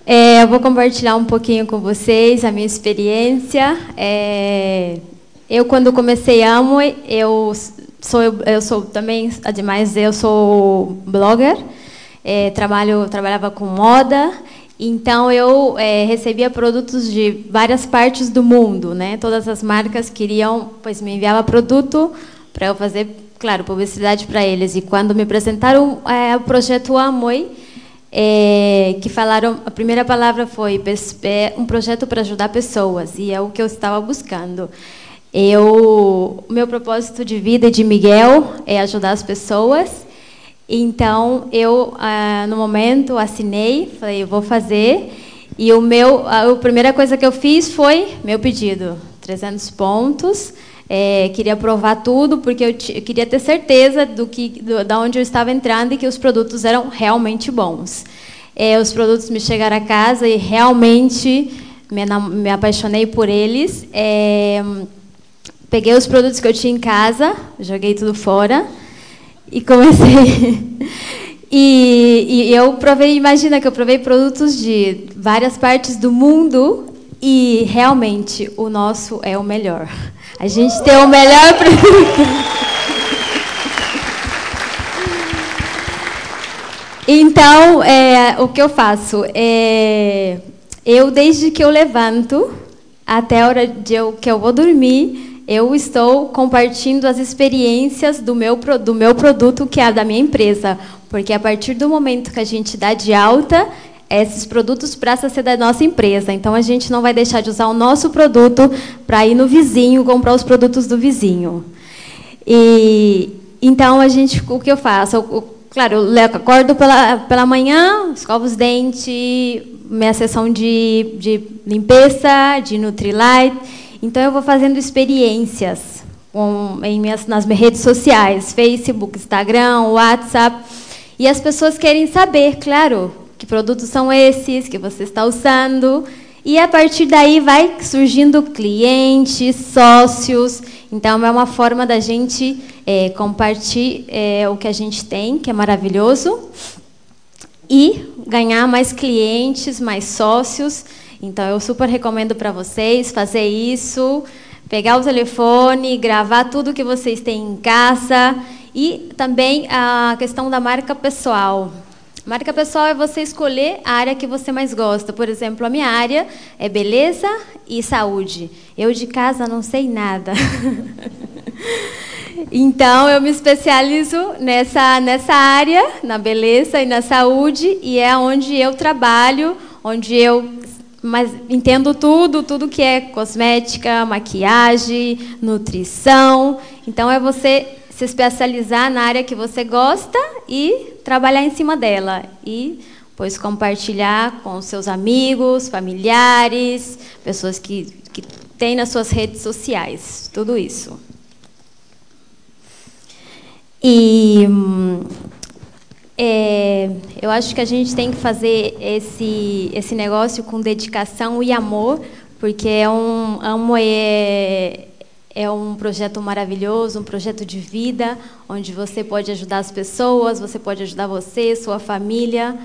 É, eu vou compartilhar um pouquinho com vocês a minha experiência. É, eu, quando comecei a Amo, eu sou, eu sou também, ademais, eu sou blogger, é, trabalho, trabalhava com moda, então eu é, recebia produtos de várias partes do mundo, né? Todas as marcas queriam, pois me enviava produto para eu fazer, claro, publicidade para eles. E quando me apresentaram é, o projeto Amoi, é, que falaram a primeira palavra foi pes- é, um projeto para ajudar pessoas e é o que eu estava buscando eu o meu propósito de vida e de Miguel é ajudar as pessoas então eu ah, no momento assinei falei eu vou fazer e o meu a a primeira coisa que eu fiz foi meu pedido 300 pontos é, queria provar tudo porque eu, ti- eu queria ter certeza do que do, da onde eu estava entrando e que os produtos eram realmente bons. É, os produtos me chegaram a casa e realmente me, ena- me apaixonei por eles. É, peguei os produtos que eu tinha em casa, joguei tudo fora e comecei. <laughs> e, e eu provei, imagina que eu provei produtos de várias partes do mundo e realmente o nosso é o melhor. A gente tem o melhor <laughs> produto. Então, é, o que eu faço? É, eu, desde que eu levanto até a hora de eu, que eu vou dormir, eu estou compartilhando as experiências do meu, pro- do meu produto, que é a da minha empresa. Porque a partir do momento que a gente dá de alta, esses produtos passam a ser da nossa empresa. Então, a gente não vai deixar de usar o nosso produto para ir no vizinho, comprar os produtos do vizinho. E então a gente, o que eu faço? Eu- eu- claro, eu le- acordo pela, pela manhã, escovo os dentes, minha sessão de, de limpeza, de Nutrilite. Então eu vou fazendo experiências com- em minhas, nas minhas redes sociais, Facebook, Instagram, WhatsApp. E as pessoas querem saber, claro, que produtos são esses que você está usando. E a partir daí vai surgindo clientes, sócios. Então é uma forma da gente eh, compartilhar eh, o que a gente tem, que é maravilhoso, e ganhar mais clientes, mais sócios. Então eu super recomendo para vocês fazer isso, pegar o telefone, gravar tudo que vocês têm em casa e também a questão da marca pessoal. Marca pessoal é você escolher a área que você mais gosta. Por exemplo, a minha área é beleza e saúde. Eu de casa não sei nada. <laughs> então, eu me especializo nessa, nessa área, na beleza e na saúde, e é onde eu trabalho, onde eu mas entendo tudo, tudo que é cosmética, maquiagem, nutrição. Então é você se especializar na área que você gosta e trabalhar em cima dela e pois compartilhar com seus amigos, familiares, pessoas que, que têm nas suas redes sociais, tudo isso. E hum, é, eu acho que a gente tem que fazer esse, esse negócio com dedicação e amor, porque é um, amo é, é um projeto maravilhoso, um projeto de vida, onde você pode ajudar as pessoas, você pode ajudar você, sua família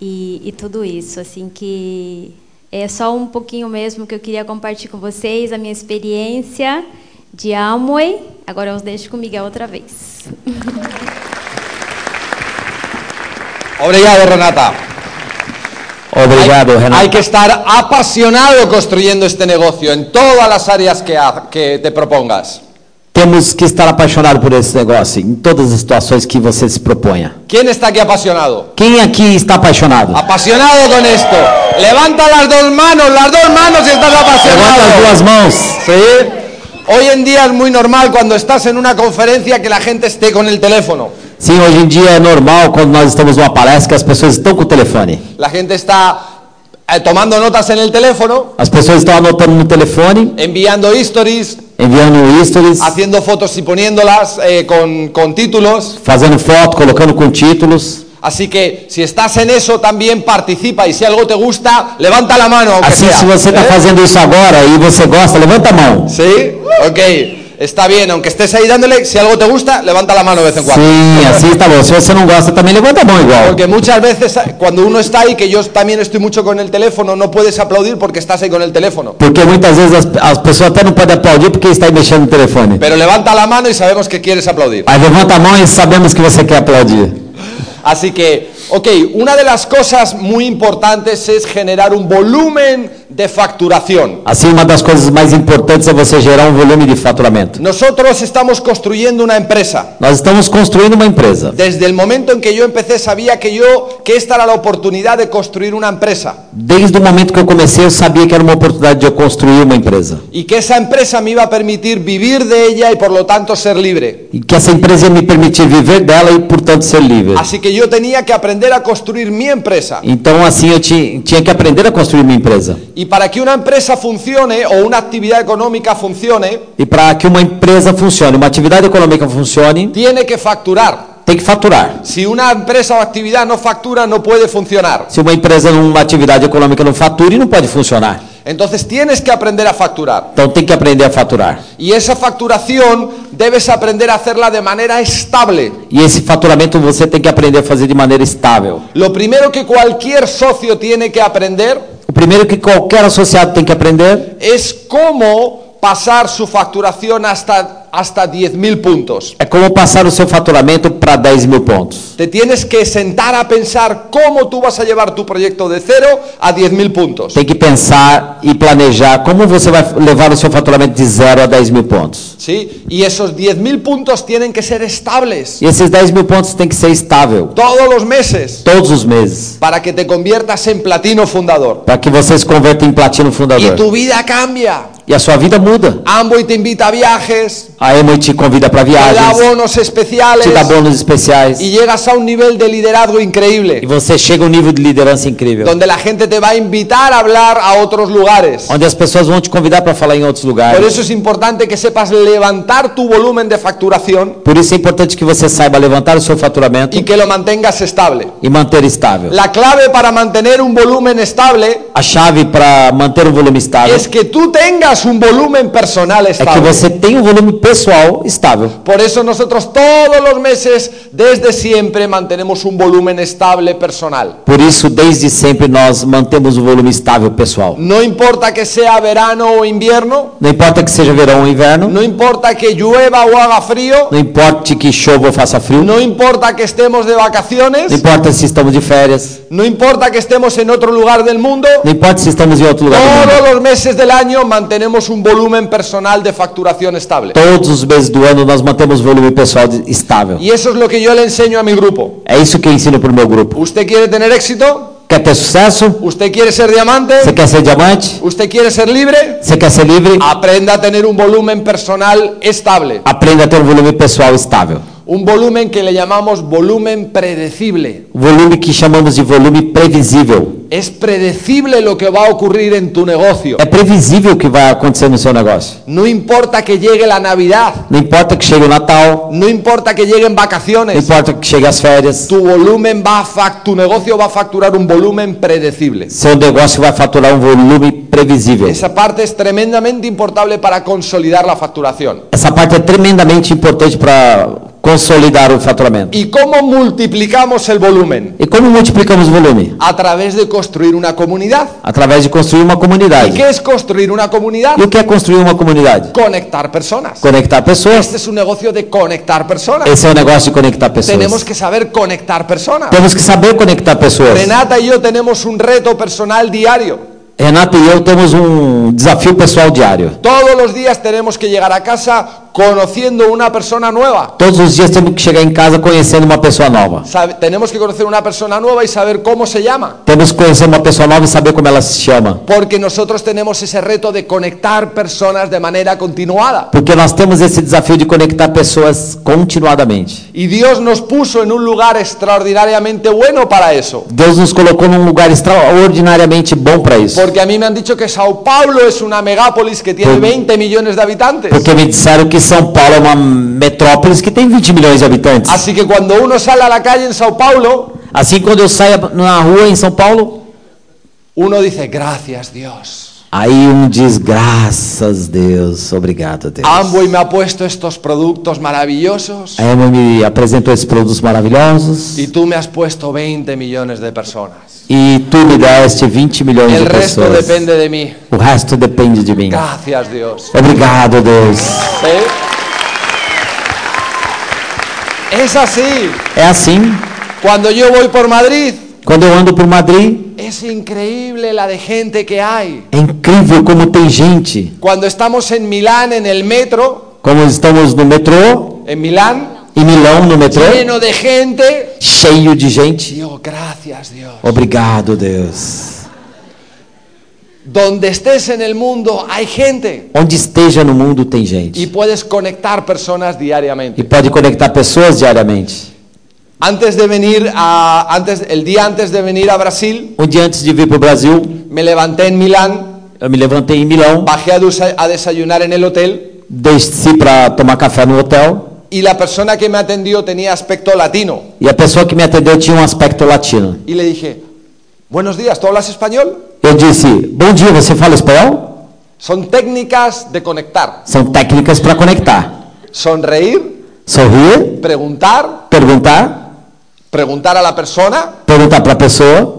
e, e tudo isso. Assim que é só um pouquinho mesmo que eu queria compartilhar com vocês a minha experiência de Amway. Agora eu os deixo com o Miguel outra vez.
Obrigado, Renata.
Obrigado,
Hay
Renata.
que estar apasionado construyendo este negocio en todas las áreas que, ha- que te propongas.
Temos que estar apaixonado por esse negócio, em todas as situações que você se proponha.
¿Quién está aquí apasionado?
Quem aqui está apaixonado?
Apasionado con esto. Levanta las dos manos, las dos manos si estás
Levanta as
apasionado.
duas mãos.
Sí. Hoy en día es muy normal cuando estás en una conferencia que la gente esté con el teléfono.
Sim, hoje em dia é normal quando nós estamos numa palestra que as pessoas estão com o telefone.
La gente está eh, tomando notas en el teléfono,
As pessoas estão anotando no telefone,
enviando stories,
enviando stories,
haciendo fotos y poniéndolas eh, con, con títulos.
fazendo foto, colocando com títulos.
Así que si estás en eso también participa y si algo te gusta, levanta la mano aunque
Assim,
sea.
se você está
¿eh?
fazendo isso agora e você gosta, levanta a mão.
Sí, ok. Está bien, aunque estés ahí dándole, si algo te gusta, levanta la mano de vez en cuando.
Sim, assim tá bom. Se você não gosta também, levanta a mão igual.
Porque muchas veces eh, cuando uno está ahí, que yo también estoy mucho con el teléfono, no puedes aplaudir porque estás ahí con el teléfono.
Porque muitas vezes as, as pessoas até não podem aplaudir porque está aí mexendo no telefone.
Pero levanta la mano y sabemos que quieres aplaudir.
Aí levanta a mão e sabemos que você quer aplaudir.
Así que, ok, una de las cosas muy importantes es generar un volumen de facturación.
Assim, uma das coisas mais importantes é você gerar um volume de faturamento.
Nosotros estamos construyendo una empresa.
Nós estamos construindo uma empresa.
Desde el momento en que yo empecé sabía que yo que esta era la oportunidad de construir una empresa
Desde o momento que eu comecei, eu sabia que era uma oportunidade de eu construir uma empresa.
y que esa empresa me iba a permitir vivir de ella y por lo tanto ser libre.
E que essa empresa ia me permitir viver dela e, portanto, ser livre.
Así que yo tenía que aprender a construir mi empresa.
Então, assim, eu ti- tinha que aprender a construir minha empresa.
Y para que una empresa funcione o una actividad económica funcione,
E para que uma empresa funcione, uma atividade econômica funcione,
tiene que facturar.
tem que faturar.
Si una empresa o actividad no factura, no puede funcionar.
Se uma empresa, uma atividade econômica não fatura, não pode funcionar.
Entonces tienes que aprender a facturar.
Então, tem que aprender a faturar.
Y esa facturación debes aprender a hacerla de manera estable.
E esse faturamento você tem que aprender a fazer de maneira estável.
Lo primero que cualquier socio tiene que aprender
O primeiro que qualquer associado tem que aprender
es cómo pasar su facturación hasta, hasta 10.000 puntos.
é como passar o seu faturamento para 10 mil pontos.
Te tienes que sentar a pensar cómo tú vas a llevar tu proyecto de cero a 10.000 puntos.
Tem que pensar e planejar como você vai levar o seu faturamento de 0 a 10 mil pontos.
¿Sí? Y esos 10.000 puntos tienen que ser estables
E esses 10 mil pontos tem que ser estável
todos los meses
todos os meses
para que te conviertas en platino fundador.
para que você se converta em platino
Y
fundador.
tu vida cambia.
E a sua vida muda.
Amboy te invita a viajes,
A Emo te convida para
te da
viagens,
bonos especiales
te dá bônus especiais
y llegas a un nivel de liderazgo
e
increíble.
você chega a um nível de liderança incrível,
donde la gente te va a invitar a hablar a otros lugares.
onde as pessoas vão te convidar para falar em outros
Por
lugares.
eso es importante que sepas levantar tu volumen de facturación
Por isso é importante que você saiba levantar o seu faturamento
y que lo mantengas estable.
e manter estável.
La clave para mantener un volumen estable
A chave para manter o volume estável
es que tú tengas un volumen personal
é que
estable.
você tenha um volume pessoal estável.
Por eso nosotros todos los meses, desde siempre, mantenemos un volumen estable personal.
Por isso, desde sempre, nós mantemos o volume estável pessoal.
No importa que sea verano o invierno,
Não importa que seja verão ou inverno,
no importa que llueva o haga frío,
não importa que chova ou faça frio, não
no importa que estemos de vacaciones,
importa se estamos de férias,
No importa que estemos en otro lugar del mundo,
não importa se estamos em outro lugar do mundo.
todos los meses del año mantenemos un volumen personal de facturación estable.
Todos os meses do ano nós mantemos volume pessoal de- estável.
Y eso es lo que yo le enseño a mi grupo.
É isso que eu ensino para o meu grupo.
¿Usted quiere tener éxito?
Quer ter sucesso?
¿Usted quiere ser diamante?
Você quer ser diamante?
¿Usted quiere ser libre?
Você quer ser livre?
Aprenda a tener un volumen personal estable.
Aprenda a ter um volume pessoal estável.
Un volumen que le llamamos volumen predecible.
O volume que chamamos de volume previsível.
Es predecible lo que va a ocurrir en tu negocio.
É previsível o que vai acontecer no seu negócio.
No importa que llegue la Navidad.
Não importa que chegue o Natal,
No importa que lleguen
não
vacaciones.
importa que chegue as férias,
tu volumen va a fac- tu negocio va a facturar un volumen predecible.
seu negócio vai faturar um volume previsível.
Esa parte es tremendamente importante para consolidar la facturación.
Essa parte é tremendamente importante para consolidar o faturamento.
¿Y cómo multiplicamos el volumen?
E como multiplicamos o volume?
A través de construir una comunidad.
Através de construir uma
¿Y
comunidade.
qué es construir una comunidad?
E o que é construir uma comunidade?
Conectar personas.
Conectar pessoas.
Este es un negocio de conectar personas.
Esse é o negócio de conectar
Tenemos
pessoas.
que saber conectar personas.
Temos que saber conectar pessoas.
Renata y yo tenemos un reto personal diario.
Renata e eu temos um desafio pessoal diário.
Todos los días tenemos que llegar a casa conociendo una persona nueva.
Todos os dias temos que chegar em casa conhecendo uma pessoa nova.
Sabe- tenemos que conocer una persona nueva y saber cómo se llama.
Temos que conhecer uma pessoa nova e saber como ela se chama.
Porque nosotros tenemos ese reto de conectar personas de manera continuada.
Porque nós temos esse desafio de conectar pessoas continuadamente.
Y Dios nos puso en un lugar extraordinariamente bueno para eso.
Deus nos colocou num lugar extraordinariamente bom para isso.
Porque a mí me han dicho que Sao Paulo es una megápolis que tiene
Por-
20 millones de habitantes.
Porque me disseram que São Paulo é uma metrópolis que tem 20 milhões de habitantes.
Así que cuando uno sale a la calle en Sao Paulo,
Assim, quando eu saio na rua em São Paulo,
uno dice, gracias Dios.
aí um diz: graças Deus, obrigado Deus.
Amway me ha puesto estos productos maravillosos
A Emma me apresentou esses produtos maravilhosos
y
e,
tú me has puesto 20 millones de personas.
tu me deste 20 milhões
El
de
resto
pessoas.
depende de mí.
O resto depende de mim.
Gracias Dios. ¿Eh?
Obrigado Deus.
¿Sí? Es así.
É assim.
Cuando yo voy por Madrid,
Quando eu ando por Madrid,
es increíble la de gente que hay.
é incrível como tem gente.
Cuando estamos en Milán, en el metro,
Como estamos no metrô,
en Milán,
em Milão no metrô,
lleno de gente,
cheio de gente.
digo, gracias Dios.
Obrigado Deus.
Donde estés en el mundo hay gente
Onde esteja no mundo tem
y
gente
puedes conectar personas
e
diariamente.
pode conectar pessoas diariamente.
Antes de venir a antes el día antes de venir a Brasil,
Um dia antes de vir para o Brasil,
me levanté en Milán,
eu me levantei em Milão,
bajé a desa- a desayunar en el hotel
desci para tomar café no hotel.
y la persona que me atendió tenía aspecto latino.
E a pessoa que me atendeu tinha um aspecto latino.
Y le dije, buenos días, ¿tú hablas español?
Eu disse: Bom dia, você fala espanhol?
Son técnicas de conectar.
São técnicas para conectar.
Sonreír,
Sorrir,
preguntar,
perguntar,
preguntar a la persona
perguntar para a pessoa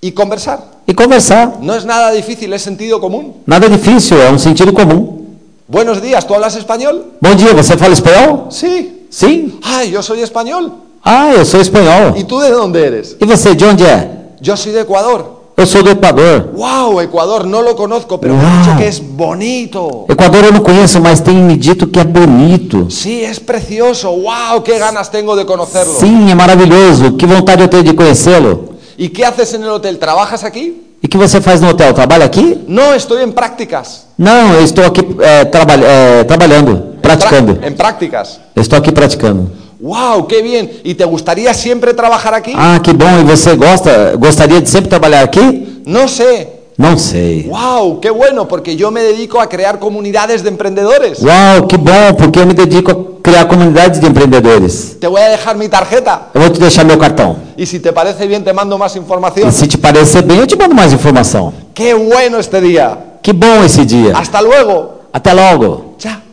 y conversar.
e conversar.
No es nada difícil, es sentido común.
Nada difícil, é um sentido comum.
Buenos días, ¿tú hablas español?
Bom dia, você fala espanhol?
Sí.
Sim.
Ay, yo soy español.
Ah, eu sou espanhol.
¿Y tú de dónde eres?
E você, de onde é?
Yo soy de Ecuador.
Eu sou do Equador.
Wow, Ecuador, no lo conozco, pero me han
Wow.
dicho que es bonito.
Equador eu não conheço, mas tem me dito que é bonito.
Sí, es precioso. Wow, qué ganas tengo de conocerlo.
Sim, é maravilhoso. Que vontade eu tenho de conhecê-lo.
¿Y qué haces en el hotel? ¿Trabajas aquí?
E que você faz no hotel? Trabalha aqui?
No, estoy en prácticas.
Não, eu estou aqui é, trabalha- é, trabalhando, praticando.
Pra- en prácticas.
Eu estou aqui praticando.
¡Wow! ¡Qué bien! ¿Y te gustaría siempre trabajar aquí?
Ah, que bom. E você gosta? Gostaria de sempre trabalhar aqui?
No sé.
Não sei.
¡Wow! ¡Qué bueno! Porque yo me dedico a crear comunidades de emprendedores.
Uau, que bom, porque eu me dedico a criar comunidades de empreendedores.
Te voy a dejar mi tarjeta.
Eu vou te deixar meu cartão.
Y si te parece bien, te mando más información.
E se te parecer bem, eu te mando mais informação.
¡Qué bueno este día!
Que bom esse dia.
¡Hasta luego!
Até logo.
Chao.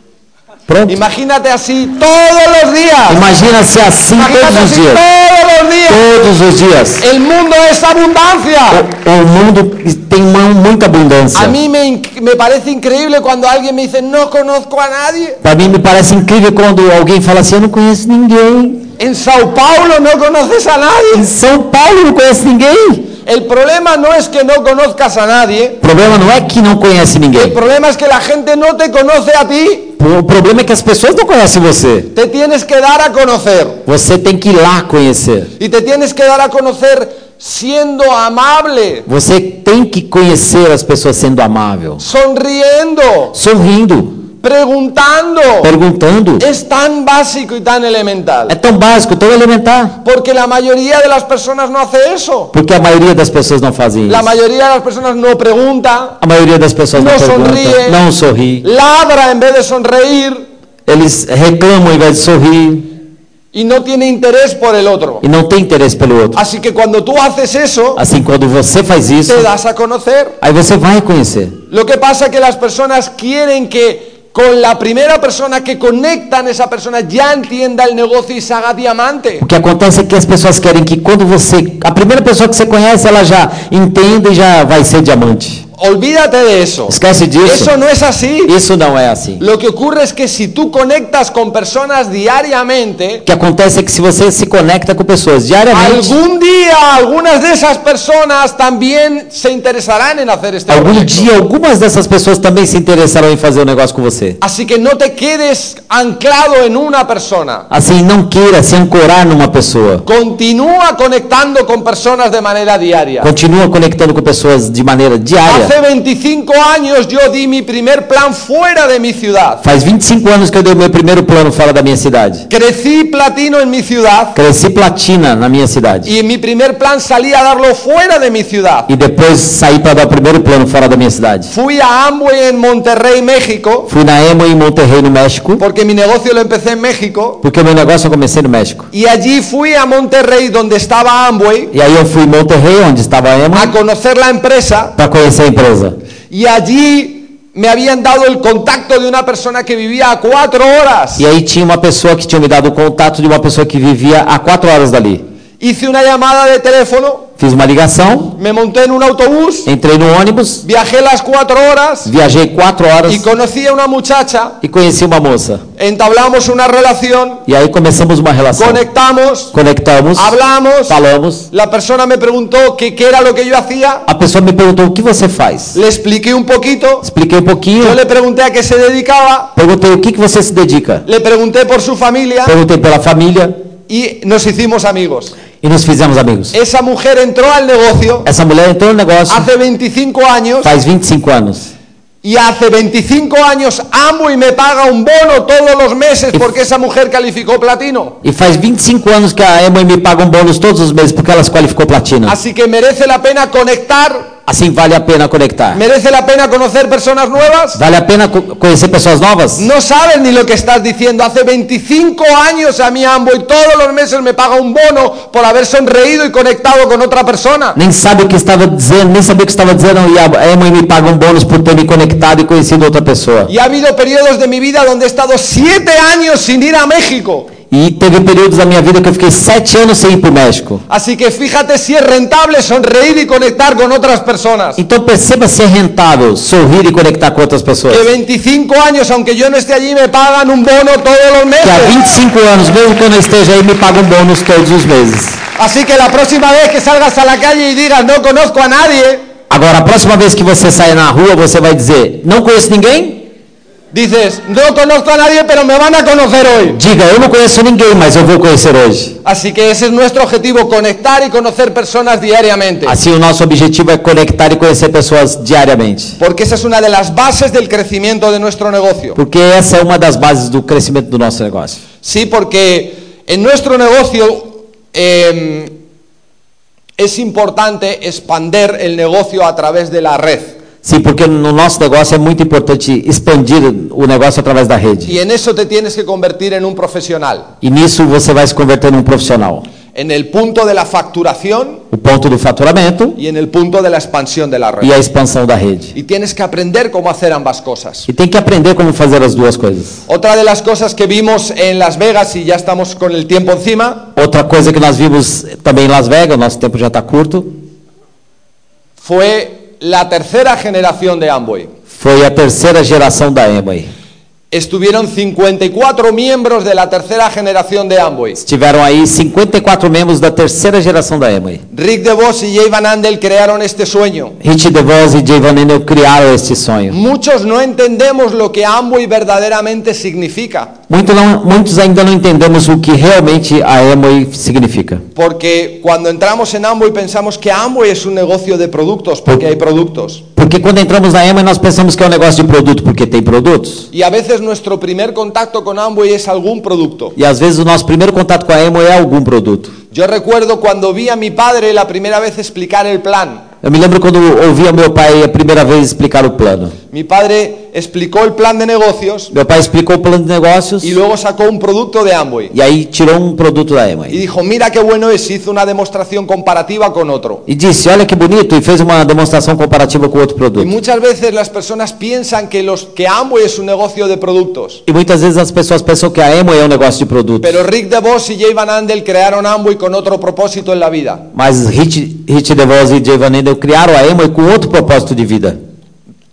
Pronto.
Imagínate así todos los días.
Imagina-se assim
Imagínate
todos os
así
dias.
todos los días.
Todos os dias.
El mundo es abundancia.
O, o mundo tem uma- muita abundância.
A mí me, inc- me parece increíble cuando alguien me dice, no conozco a nadie.
Para mim me parece incrível quando alguém fala assim, eu não conheço ninguém.
En Sao Paulo no conoces a nadie.
Em São Paulo eu não conheço ninguém.
El problema no es que no conozcas a nadie.
O problema não é que não conhece
El
ninguém.
problema es que la gente no te conoce a ti.
O problema é que as pessoas não conhecem você.
Te tienes que dar a conocer.
Você tem que ir lá conhecer.
Y te tienes que dar a conocer siendo amable,
Você tem que conhecer as pessoas sendo amável,
sonriendo,
sorrindo,
preguntando.
perguntando.
Es tan básico y tan
É
elemental.
tão básico, tão elementar.
Porque la mayoría de las personas no hace eso.
Porque a maioria das pessoas não fazem isso.
La mayoría de las personas no pregunta,
A maioria das pessoas não,
Não
pergunta,
sorri.
não sorri.
ladra en vez de sonreír
Eles reclamam ao invés de sorrir
y no tiene interés por el otro.
e não tem interesse pelo outro.
Así que cuando tú haces eso,
Assim, quando você faz isso,
te das a conocer.
aí você vai conhecer.
Lo que pasa es que las personas quieren que con la primera persona que conectan, esa persona ya entienda el negocio y se haga diamante.
O que acontece é que as pessoas querem que quando você, a primeira pessoa que você conhece, ela já entenda e já vai ser diamante.
Olvídate de eso.
Esquece disso.
Eso no es así.
Isso não é assim.
Lo que ocurre es que si tú conectas con personas
O
diariamente,
que acontece é que se você se conecta com pessoas diariamente,
algún día día algunas de esas personas también se interesarán en hacer este
Algum
proyecto.
dia, algumas dessas pessoas também se interessarão em fazer um negócio com você.
Así que no te quedes anclado en una persona.
Assim, não queira se ancorar numa pessoa.
Continúa conectando con personas de manera diaria.
Continua conectando com pessoas de maneira diária.
Hace 25 años yo di mi primer plan fuera de mi ciudad.
Faz 25 anos que eu dei o meu primeiro plano fora da minha cidade.
Crecí platino en mi ciudad
Cresci platina na minha cidade.
y mi primer plan salí a darlo fuera de mi ciudad.
E depois saí para dar o primeiro plano fora da minha cidade.
Fui a Amway en Monterrey, México,
Fui na Emo em Monterrey, no México,
porque mi negocio lo empecé en México.
porque o meu negócio eu comecei no México.
Y allí fui a Monterrey, donde estaba Amway,
E aí eu fui em Monterrey, onde estava a Emo,
a conocer la empresa.
para conhecer a empresa.
Y allí me habían dado el contacto de una persona que vivía a cuatro horas.
E aí tinha uma pessoa que tinha me dado o contato de uma pessoa que vivia a quatro horas dali.
Hice una llamada de teléfono,
Fiz uma ligação,
me monté en un autobús,
entrei no ônibus,
viajé las cuatro horas
viajei quatro horas
y conocí a una muchacha.
e conheci uma moça.
Entablamos una relación,
E aí começamos uma relação.
conectamos,
Conectamos,
hablamos.
falamos.
La persona me preguntó que qué era lo que yo hacía.
A pessoa me perguntou o que você faz.
Le expliqué un poquito.
Expliquei um pouquinho.
Yo le pregunté a qué se dedicaba.
Perguntei o que, que você se dedica.
Le pregunté por su familia
Perguntei pela família
y nos hicimos amigos.
e nos fizemos amigos.
Esa mujer entró al negocio
Essa mulher entrou no negócio
hace 25 años
faz 25 anos.
y hace 25 anos amo y me paga un bono todos los meses porque esa mujer calificó platino.
E faz 25 anos que a Emma me paga um bônus todos os meses porque ela se qualificou platina.
Así que merece la pena conectar,
Assim vale a pena conectar.
merece la pena conocer personas nuevas.
Vale a pena co- conhecer pessoas novas?
No sabes ni lo que estás diciendo. Hace 25 años a mí Ambo y todos los meses me paga un bono por haber sonreído y conectado con otra persona.
Nem sabe o que estava dizendo, nem sabia o que estava dizendo. E a a Emma me paga um bônus por ter me conectado e conhecido outra pessoa.
Y ha habido periodos de mi vida donde he estado 7 años sin ir a México.
E teve períodos da minha vida que eu fiquei sete anos sem ir para o México.
Así que fíjate si es rentable sonreír y conectar con otras personas.
Então perceba se é rentável sorrir e conectar com outras
Que
pessoas.
25 años, aunque yo no esté allí, me pagan un bono todos los
Que há
meses.
25 anos, mesmo quando eu esteja aí, me pagam bônus todos os meses.
Así que la próxima vez que salgas a la calle y digas no conozco a nadie,
Agora, a próxima vez que você sair na rua, você vai dizer: Não conheço ninguém?
dices no conozco a nadie, pero me van a conocer hoy.
Diga: Eu não conheço ninguém, mas eu vou conhecer hoje.
Así que ese es nuestro objetivo, conectar y conocer personas diariamente.
Assim, o nosso objetivo é conectar e conhecer pessoas diariamente.
Porque esa es una de las bases del crecimiento de nuestro negocio.
Porque essa é uma das bases do crescimento do nosso negócio.
Sí, porque en nuestro negocio eh, es importante expander el negocio a través de la red.
Sim, porque no nosso negócio é muito importante expandir o negócio através da rede.
Y en eso te tienes que convertir en un profesional.
E nisso você vai se converter num profissional.
En el punto de la facturación
O ponto do faturamento
y en el punto de la expansión de la
e
red.
a expansão da rede.
Y tienes que aprender cómo hacer ambas cosas.
E tem que aprender como fazer as duas coisas.
Otra de las cosas que vimos en Las Vegas, y ya estamos con el tiempo encima,
Outra coisa que nós vimos também em Las Vegas, nosso tempo já está curto,
fue la tercera generación de Amway.
foi a terceira geração da Amway.
Estuvieron 54 miembros de la tercera generación de Amway.
Tiveram aí 54 membros da terceira geração da Amway.
Rick DeVos y Jay Van Andel crearon este sueño.
Rich DeVos e Jay Van Enel criaram este sonho.
Muchos no entendemos lo que Amway verdaderamente significa,
Muito não- muitos ainda não entendemos o que realmente a Amway significa.
porque cuando entramos en Amway pensamos que Amway es un negocio de productos, porque hay productos.
Porque quando entramos na Amway nós pensamos que é um negócio de produto porque tem produtos.
Y a veces nuestro primer contacto con Amway es algún producto.
E às vezes o nosso primeiro contato com a Amway é algum produto.
Yo recuerdo cuando vi a mi padre la primera vez explicar el plan.
Eu me lembro quando ouvia meu pai a primeira vez explicar o plano.
Mi padre explicó el plan de negocios
Meu pai explicou o plano de negócios
y luego sacó un producto de Amway.
e aí tirou um produto da
Y
Amway.
dijo, mira qué bueno es, hizo una demostración comparativa con otro.
E disse, olha que bonito, e fez uma demonstração comparativa com outro
Y
produto.
muchas veces las personas piensan que, los, que Amway es un negocio de productos.
E muitas vezes as pessoas pensam que a Amway é um negócio de produto.
Pero Rick DeVos y Jay Van Andel crearon Amway con otro propósito en la vida.
Mas Rich, Rich DeVos e Jay Van Endel criaram a Amway com outro propósito de vida.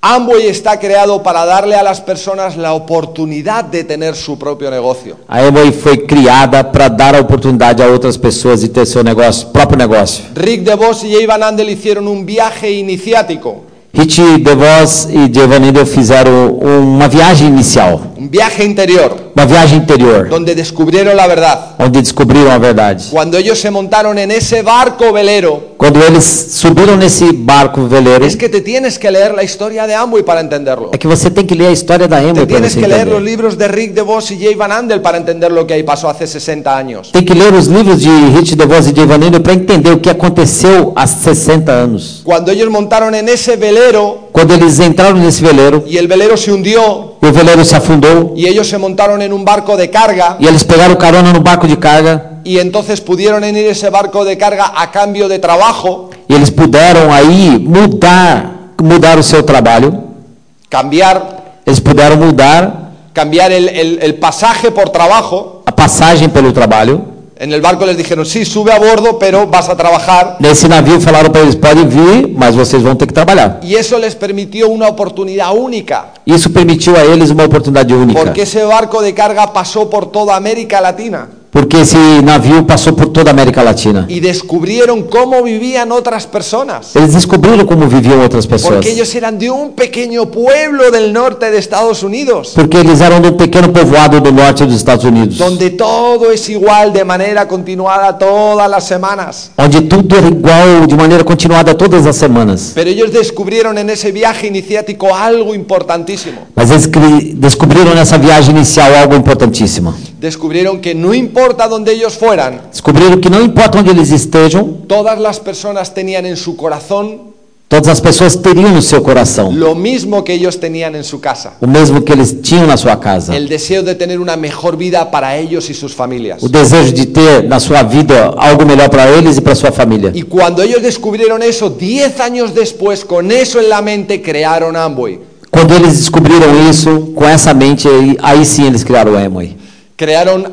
Amway está creado para darle a las personas la oportunidad de tener su propio negocio.
A Amway foi criada para dar a oportunidade a outras pessoas de ter seu negócio, próprio negócio.
Rick DeVos y Jay Van Andel hicieron un viaje iniciático,
Rich DeVos e Giovanni fizeram uma viagem inicial,
un viaje interior,
uma viagem interior,
donde descubrieron la verdad.
onde descobriram a verdade.
Cuando ellos se montaron en ese barco velero,
Quando eles subiram nesse barco veleiro,
es que te tienes que leer la historia de Amway para entenderlo.
é que você tem que ler a história da
Te
Amway para
tienes
você
que leer los
entender.
libros de Rick DeVos y Jay Van Andel para entender lo que ahí pasó hace 60 años.
Tem que ler os livros de Rich DeVos e Giovanni para entender o que aconteceu há 60 anos.
Cuando ellos montaron en ese velero
Quando eles entraram nesse veleiro,
y el velero se hundió
o veleiro se afundou
y ellos se montaron en un barco de carga
e eles pegaram carona no barco de carga
y entonces pudieron ir ese barco de carga a cambio de trabajo,
e eles puderam aí mudar, mudar o seu trabalho.
cambiar,
Eles puderam mudar
cambiar el, el- el pasaje por trabajo.
a passagem pelo trabalho.
En el barco les dijeron, sí, sube a bordo, pero vas a trabajar.
Nesse navio falaram para eles: podem vir, mas vocês vão ter que trabalhar.
Y eso les permitió una oportunidad única,
Isso permitiu a eles uma oportunidade única,
porque ese barco de carga pasó por toda América Latina.
porque esse navio passou por toda a América Latina.
y descubrieron cómo vivían otras personas.
Eles descobriram como viviam outras pessoas.
Porque ellos eran de un pequeño pueblo del norte de Estados Unidos,
Porque eles eram de um pequeno povoado do norte dos Estados Unidos,
donde todo es igual de manera continuada todas las semanas.
onde tudo era igual de maneira continuada todas as semanas.
Pero ellos descubrieron en ese viaje iniciático algo importantísimo.
Mas eles cri- descobriram nessa viagem inicial algo importantíssimo.
Descubrieron que no importa dónde ellos fueran,
Descobriram que não importa onde eles estejam,
todas las personas tenían en su corazón
todas as pessoas teriam no seu coração
lo mismo que ellos tenían en su casa.
o mesmo que eles tinham na sua casa.
El deseo de tener una mejor vida para ellos y sus familias.
O desejo de ter na sua vida algo melhor para eles e para sua família.
Y cuando ellos descubrieron eso, 10 años después, con eso en la mente, crearon Amway.
Quando eles descobriram isso, com essa mente, aí, aí sim eles criaram o Amway.
Crearon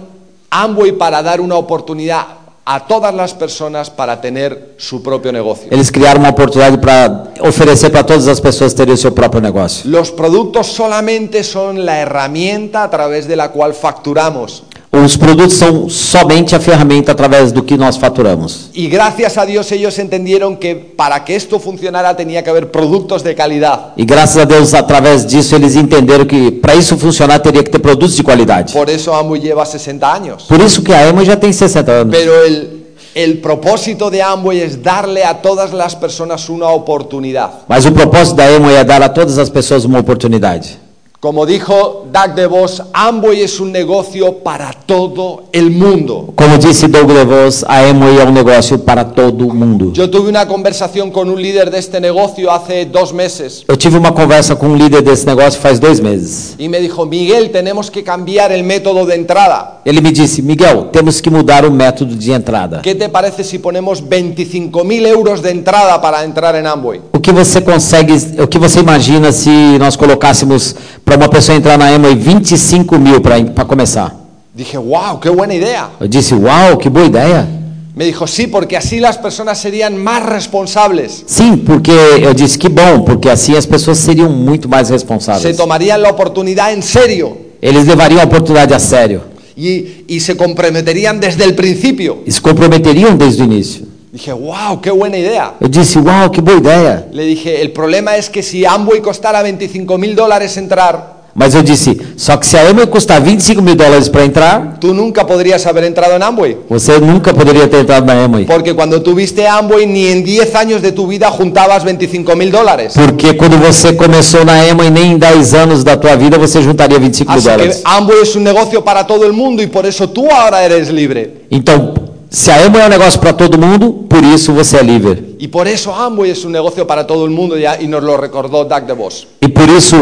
Amway para dar una oportunidad a todas las personas para tener su propio negocio.
Eles criaram uma oportunidade para oferecer para todas as pessoas terem o seu próprio negócio.
Los productos solamente son la herramienta a través de la cual facturamos.
Os produtos são somente a ferramenta através do que nós faturamos.
Y gracias a Dios ellos entendieron que para que esto funcionara tenía que haber productos de calidad.
E graças a Deus, através disso, eles entenderam que para isso funcionar teria que ter produtos de qualidade.
Por eso Amway lleva 60 anos.
Por isso que a Emma já tem 60 anos.
Pero el, el propósito de Amway es darle a todas las personas una oportunidad.
Mas o propósito da Emma é dar a todas as pessoas uma oportunidade.
Como dijo Doug DeVos, Amway es un negocio para todo el mundo.
Como disse Doug DeVos, a Emma é um negócio para todo mundo.
Yo tuve una conversación con un líder de este negocio hace dos meses
Eu tive uma conversa com um líder desse negócio faz dois meses.
y me dijo, Miguel, tenemos que cambiar el método de entrada.
Ele me disse, Miguel, temos que mudar o método de entrada.
¿Qué te parece si ponemos 25.000 euros de entrada para entrar en Amway?
O que você consegue, o que você imagina se nós colocássemos para uma pessoa entrar na Emma 25 mil para começar?
Dije, wow, qué buena idea.
Eu disse, uau, que boa ideia.
Me dijo, sí, porque así las personas serían más responsables.
Sim, porque eu disse que bom, porque assim as pessoas seriam muito mais
Se
responsáveis.
tomarían la oportunidad en serio
Eles levariam a oportunidade a sério
y, y se comprometerían desde el principio.
e se comprometeriam desde o início.
Dije, wow, qué buena idea.
Eu disse, uau, que boa ideia.
Le dije, el problema es que si Amway costara 25 mil dólares entrar,
Mas eu disse, só que se a Emma custar 25 mil dólares para entrar,
tú nunca podrías haber entrado en Amway.
você nunca poderia ter entrado na Emma.
Porque cuando tuviste Amway, ni en 10 años de tu vida juntabas 25 mil dólares.
Porque quando você começou na Emma e nem em 10 anos da tua vida você juntaria 25 mil
Así que
dólares.
Amway es un negocio para todo el mundo y por eso tú ahora eres libre.
Então, se a Emma é um negócio para todo mundo, por isso você é livre.
Y por eso Amway es un negocio para todo el mundo y, y nos lo recordó Doug DeVos.
E por isso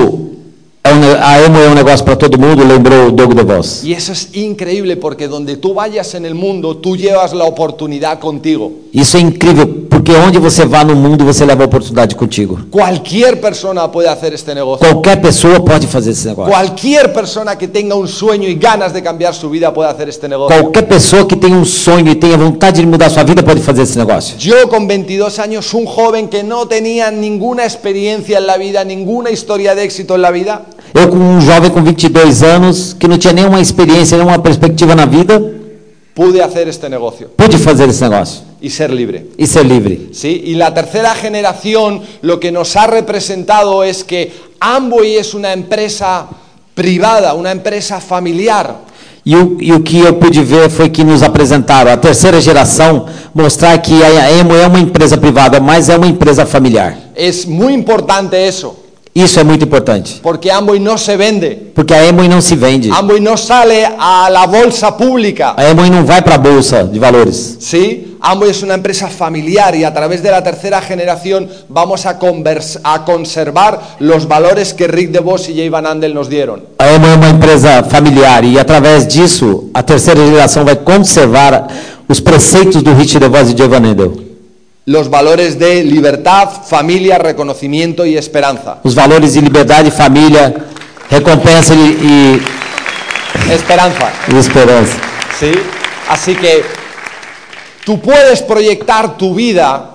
é um um ne- a emo é um negócio para todo mundo, lembrou o Doug DeVos.
Y eso es increíble porque donde tú vayas en el mundo, tú llevas la oportunidad contigo.
Isso é incrível, porque onde você vá no mundo, você leva a oportunidade contigo.
Cualquier persona puede hacer este negocio.
Qualquer pessoa pode fazer esse negócio.
Cualquier persona que tenga un sueño y ganas de cambiar su vida puede hacer este negocio.
Qualquer pessoa que tenha um sonho e tenha vontade de mudar sua vida pode fazer esse negócio.
Yo con 22 años, un joven que no tenía ninguna experiencia en la vida, ninguna historia de éxito en la vida,
Eu, como um jovem com 22 anos, que não tinha nenhuma experiência, nenhuma perspectiva na vida,
pude hacer este negocio
pude fazer esse negócio
y ser libre.
e ser livre.
¿sí? Y la tercera generación lo que nos ha representado es que Amway es una empresa privada, una empresa familiar.
E o, e o que eu pude ver foi que nos apresentaram a terceira geração mostrar que a Emo é uma empresa privada, mas é uma empresa familiar.
Es muy importante eso,
Isso é muito importante,
porque Amway no se vende.
porque a Emo não se vende.
Amway no sale a la bolsa pública.
A Emo não vai para a bolsa de valores.
¿Sí? Amway es una empresa familiar y a través de la tercera generación vamos a, convers- a conservar los valores que Rick DeVos y Jay Van Andel nos dieron.
A Emo é uma empresa familiar e através disso a terceira geração vai conservar os preceitos do Rich DeVos e Giovanni Handel.
Los valores de libertad, familia, reconocimiento y esperanza.
Os valores de liberdade, família, recompensa e,
Esperanza.
e- e esperança.
¿Sí? Así que tú puedes proyectar tu vida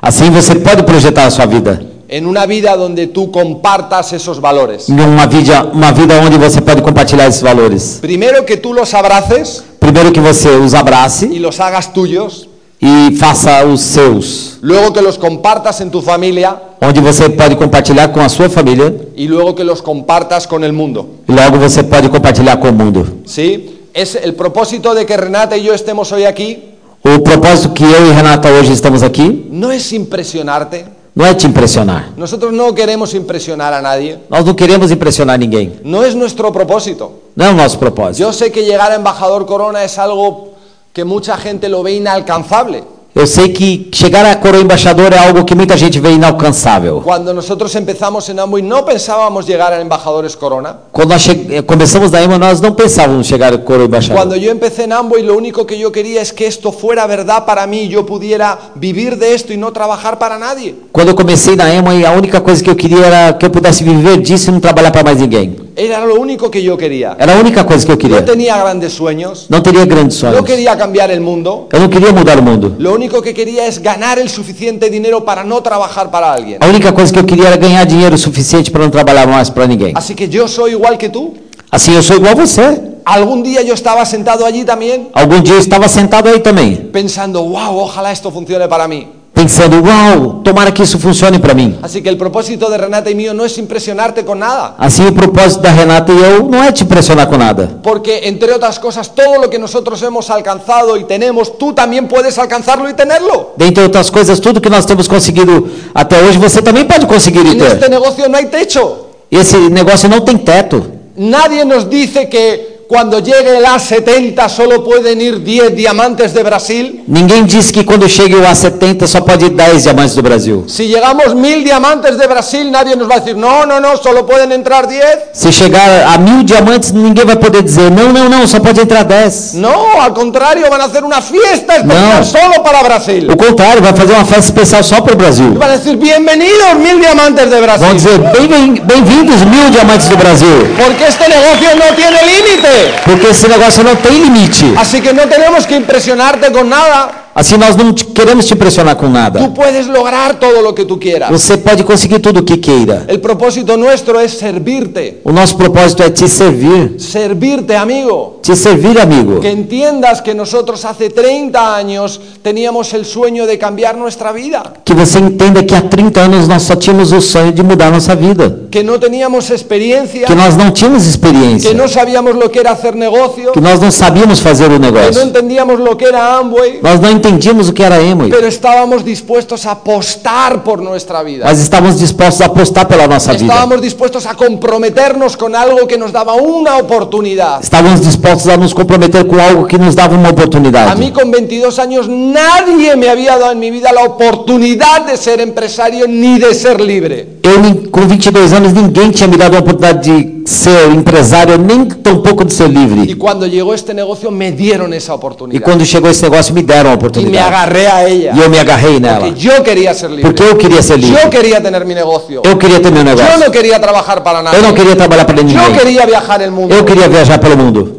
Assim você pode projetar a sua vida
en una vida donde tú compartas esos valores.
em uma vida, uma vida onde você pode compartilhar esses valores.
Primero que tú los abraces
Primeiro que você os
y
abrace
los hagas tuyos.
e faça os seus,
Luego que los compartas en tu familia
onde você pode compartilhar com a sua família
y luego que los compartas con el mundo.
e logo você pode compartilhar com o mundo.
¿Sí? Es el propósito de que Renata y yo estemos hoy aquí
O propósito que eu e Renata hoje estamos aqui
no es impresionarte.
não é te impressionar.
Nosotros no queremos impresionar a nadie.
Nós não queremos impressionar ninguém.
No es nuestro propósito.
Não é o nosso propósito.
Yo sé que llegar a embajador Corona es algo que mucha gente lo ve inalcanzable.
Eu sei que chegar à coroa embaixadora é algo que muita gente vê inalcançável.
Cuando nosotros empezamos en Amway no pensábamos llegar a embajadores Corona.
Quando nós che- eh, começamos da EMA, nós não pensávamos em chegar à coroa
Cuando
embaixadora.
yo empecé en Amway lo único que yo quería es que esto fuera verdad para mí, yo pudiera vivir de esto y no trabajar para nadie.
Quando eu comecei na EMA, a única coisa que eu queria era que eu pudesse viver disso e não trabalhar para mais ninguém.
Era lo único que yo quería.
Era a única coisa que eu
No
queria.
tenía grandes sueños,
Não teria grandes
no
sonhos.
quería cambiar el mundo.
Eu não queria mudar o mundo.
Lo único que quería es ganar el suficiente dinero para no trabajar para alguien.
A única coisa que eu queria era ganhar dinheiro suficiente para não trabalhar mais para ninguém.
Así que yo soy igual que tú.
Assim, eu sou igual a você.
Algún día yo estaba sentado allí también
Algum dia eu estava sentado aí também,
pensando, wow, ojalá esto funcione para mí.
pensando, uau, tomara que isso funcione para mim.
Así que el propósito de Renata y mío no es impresionarte con nada.
Assim, o propósito da Renata e eu não é te impressionar com nada.
Porque entre otras cosas, todo lo que nosotros hemos alcanzado y tenemos, tú también puedes alcanzarlo y tenerlo.
Dentre outras coisas, tudo que nós temos conseguido até hoje, você também pode conseguir e
En este
ter.
negocio no hay techo.
Esse negócio não tem teto.
Nadie nos dice que cuando llegue el A70 solo pueden ir 10 diamantes de Brasil.
Ninguém disse que quando chega o A70 só pode ir 10 diamantes do Brasil.
Si llegamos mil diamantes de Brasil, nadie nos va a decir, no, no, no, solo pueden entrar 10.
Se chegar a mil diamantes, ninguém vai poder dizer, não, não, não, só pode entrar 10.
No, al contrario, van a hacer una fiesta especial
No.
solo para Brasil.
O contrário, vai fazer uma festa especial só para o Brasil.
Y van a decir, bienvenidos mil diamantes de
Vão
Brasil.
dizer, "Bem- bem-vindos mil diamantes do Brasil.
Porque este negocio no tiene límite.
Porque esse negócio não tem limite.
Así que no tenemos que impresionarte con nada.
Assim nós não te- queremos te impressionar com
Tú
nada.
puedes lograr todo lo que tú quieras.
Você pode conseguir tudo o que queira.
El propósito nuestro es servirte.
O nosso propósito é te servir.
Servirte, amigo.
Te servir, amigo.
Que entiendas que nosotros hace 30 años teníamos el sueño de cambiar nuestra vida.
Que você entenda que há 30 anos nós só tínhamos o sonho de mudar nossa vida.
Que no teníamos experiencia.
Que nós não tínhamos experiência.
Que no sabíamos lo que era hacer negocio.
Que nós não sabíamos fazer o
Que no
negócio.
entendíamos lo que era Amway.
Nós não entendíamos o que era Emoi.
Pero estábamos dispuestos a apostar por nuestra vida.
Mas estávamos dispostos a apostar pela nossa vida.
Estábamos dispuestos a comprometernos con algo que nos daba una oportunidad.
Estávamos dispostos a nos comprometer com algo que nos dava uma
A mí
oportunidade.
con 22 años nadie me había dado en mi vida la oportunidad de ser empresario ni de ser libre.
Eu, nem- com 22 anos, ninguém tinha me dado a oportunidade de ser empresário nem tampouco de ser
Y
livre.
cuando llegó este negocio me dieron esa
E
oportunidad.
quando chegou esse negócio me deram a
Y me
oportunidade.
agarré a ella.
E eu me agarrei nela.
Porque yo quería ser libre.
Porque eu queria ser livre.
Yo quería tener mi negocio.
Eu queria ter meu
Yo
negócio.
no quería trabajar para nadie.
Eu não queria trabalhar para ninguém.
Yo quería viajar el mundo.
Eu queria viajar pelo mundo.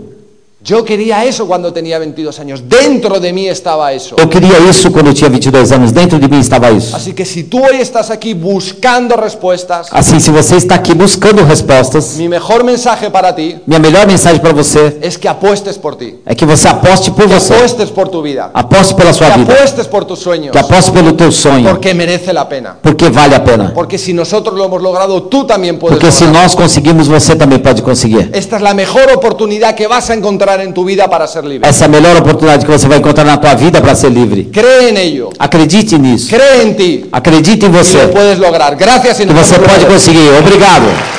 Yo quería eso cuando tenía 22 años. Dentro de mí estaba eso.
Eu queria isso quando eu tinha 22 anos. Dentro de mim estava isso.
Así que si tú hoy estás aquí buscando respuestas,
Assim, se você está aqui buscando respostas,
mi mejor mensaje para ti
minha melhor mensagem para você
es que apuestes por ti.
é que você aposte por
Que
você.
apuestes por tu vida.
Aposte pela
Que
sua vida.
apuestes por tus sueños.
Que aposte pelo teu sonho.
Porque merece la pena.
Porque vale a pena.
Porque si nosotros lo hemos logrado, tú también puedes
Porque se
lograrlo.
nós conseguimos, você também pode conseguir.
Esta es la mejor oportunidad que vas a encontrar en tu vida para ser libre.
Essa é a melhor oportunidade que você vai encontrar na tua vida para ser livre.
Cree en ello.
Acredite nisso.
Cree en ti.
Acredite em
Y
você.
lo puedes lograr. Gracias y
Que
nos
você
vemos
pode
luego.
conseguir. Obrigado.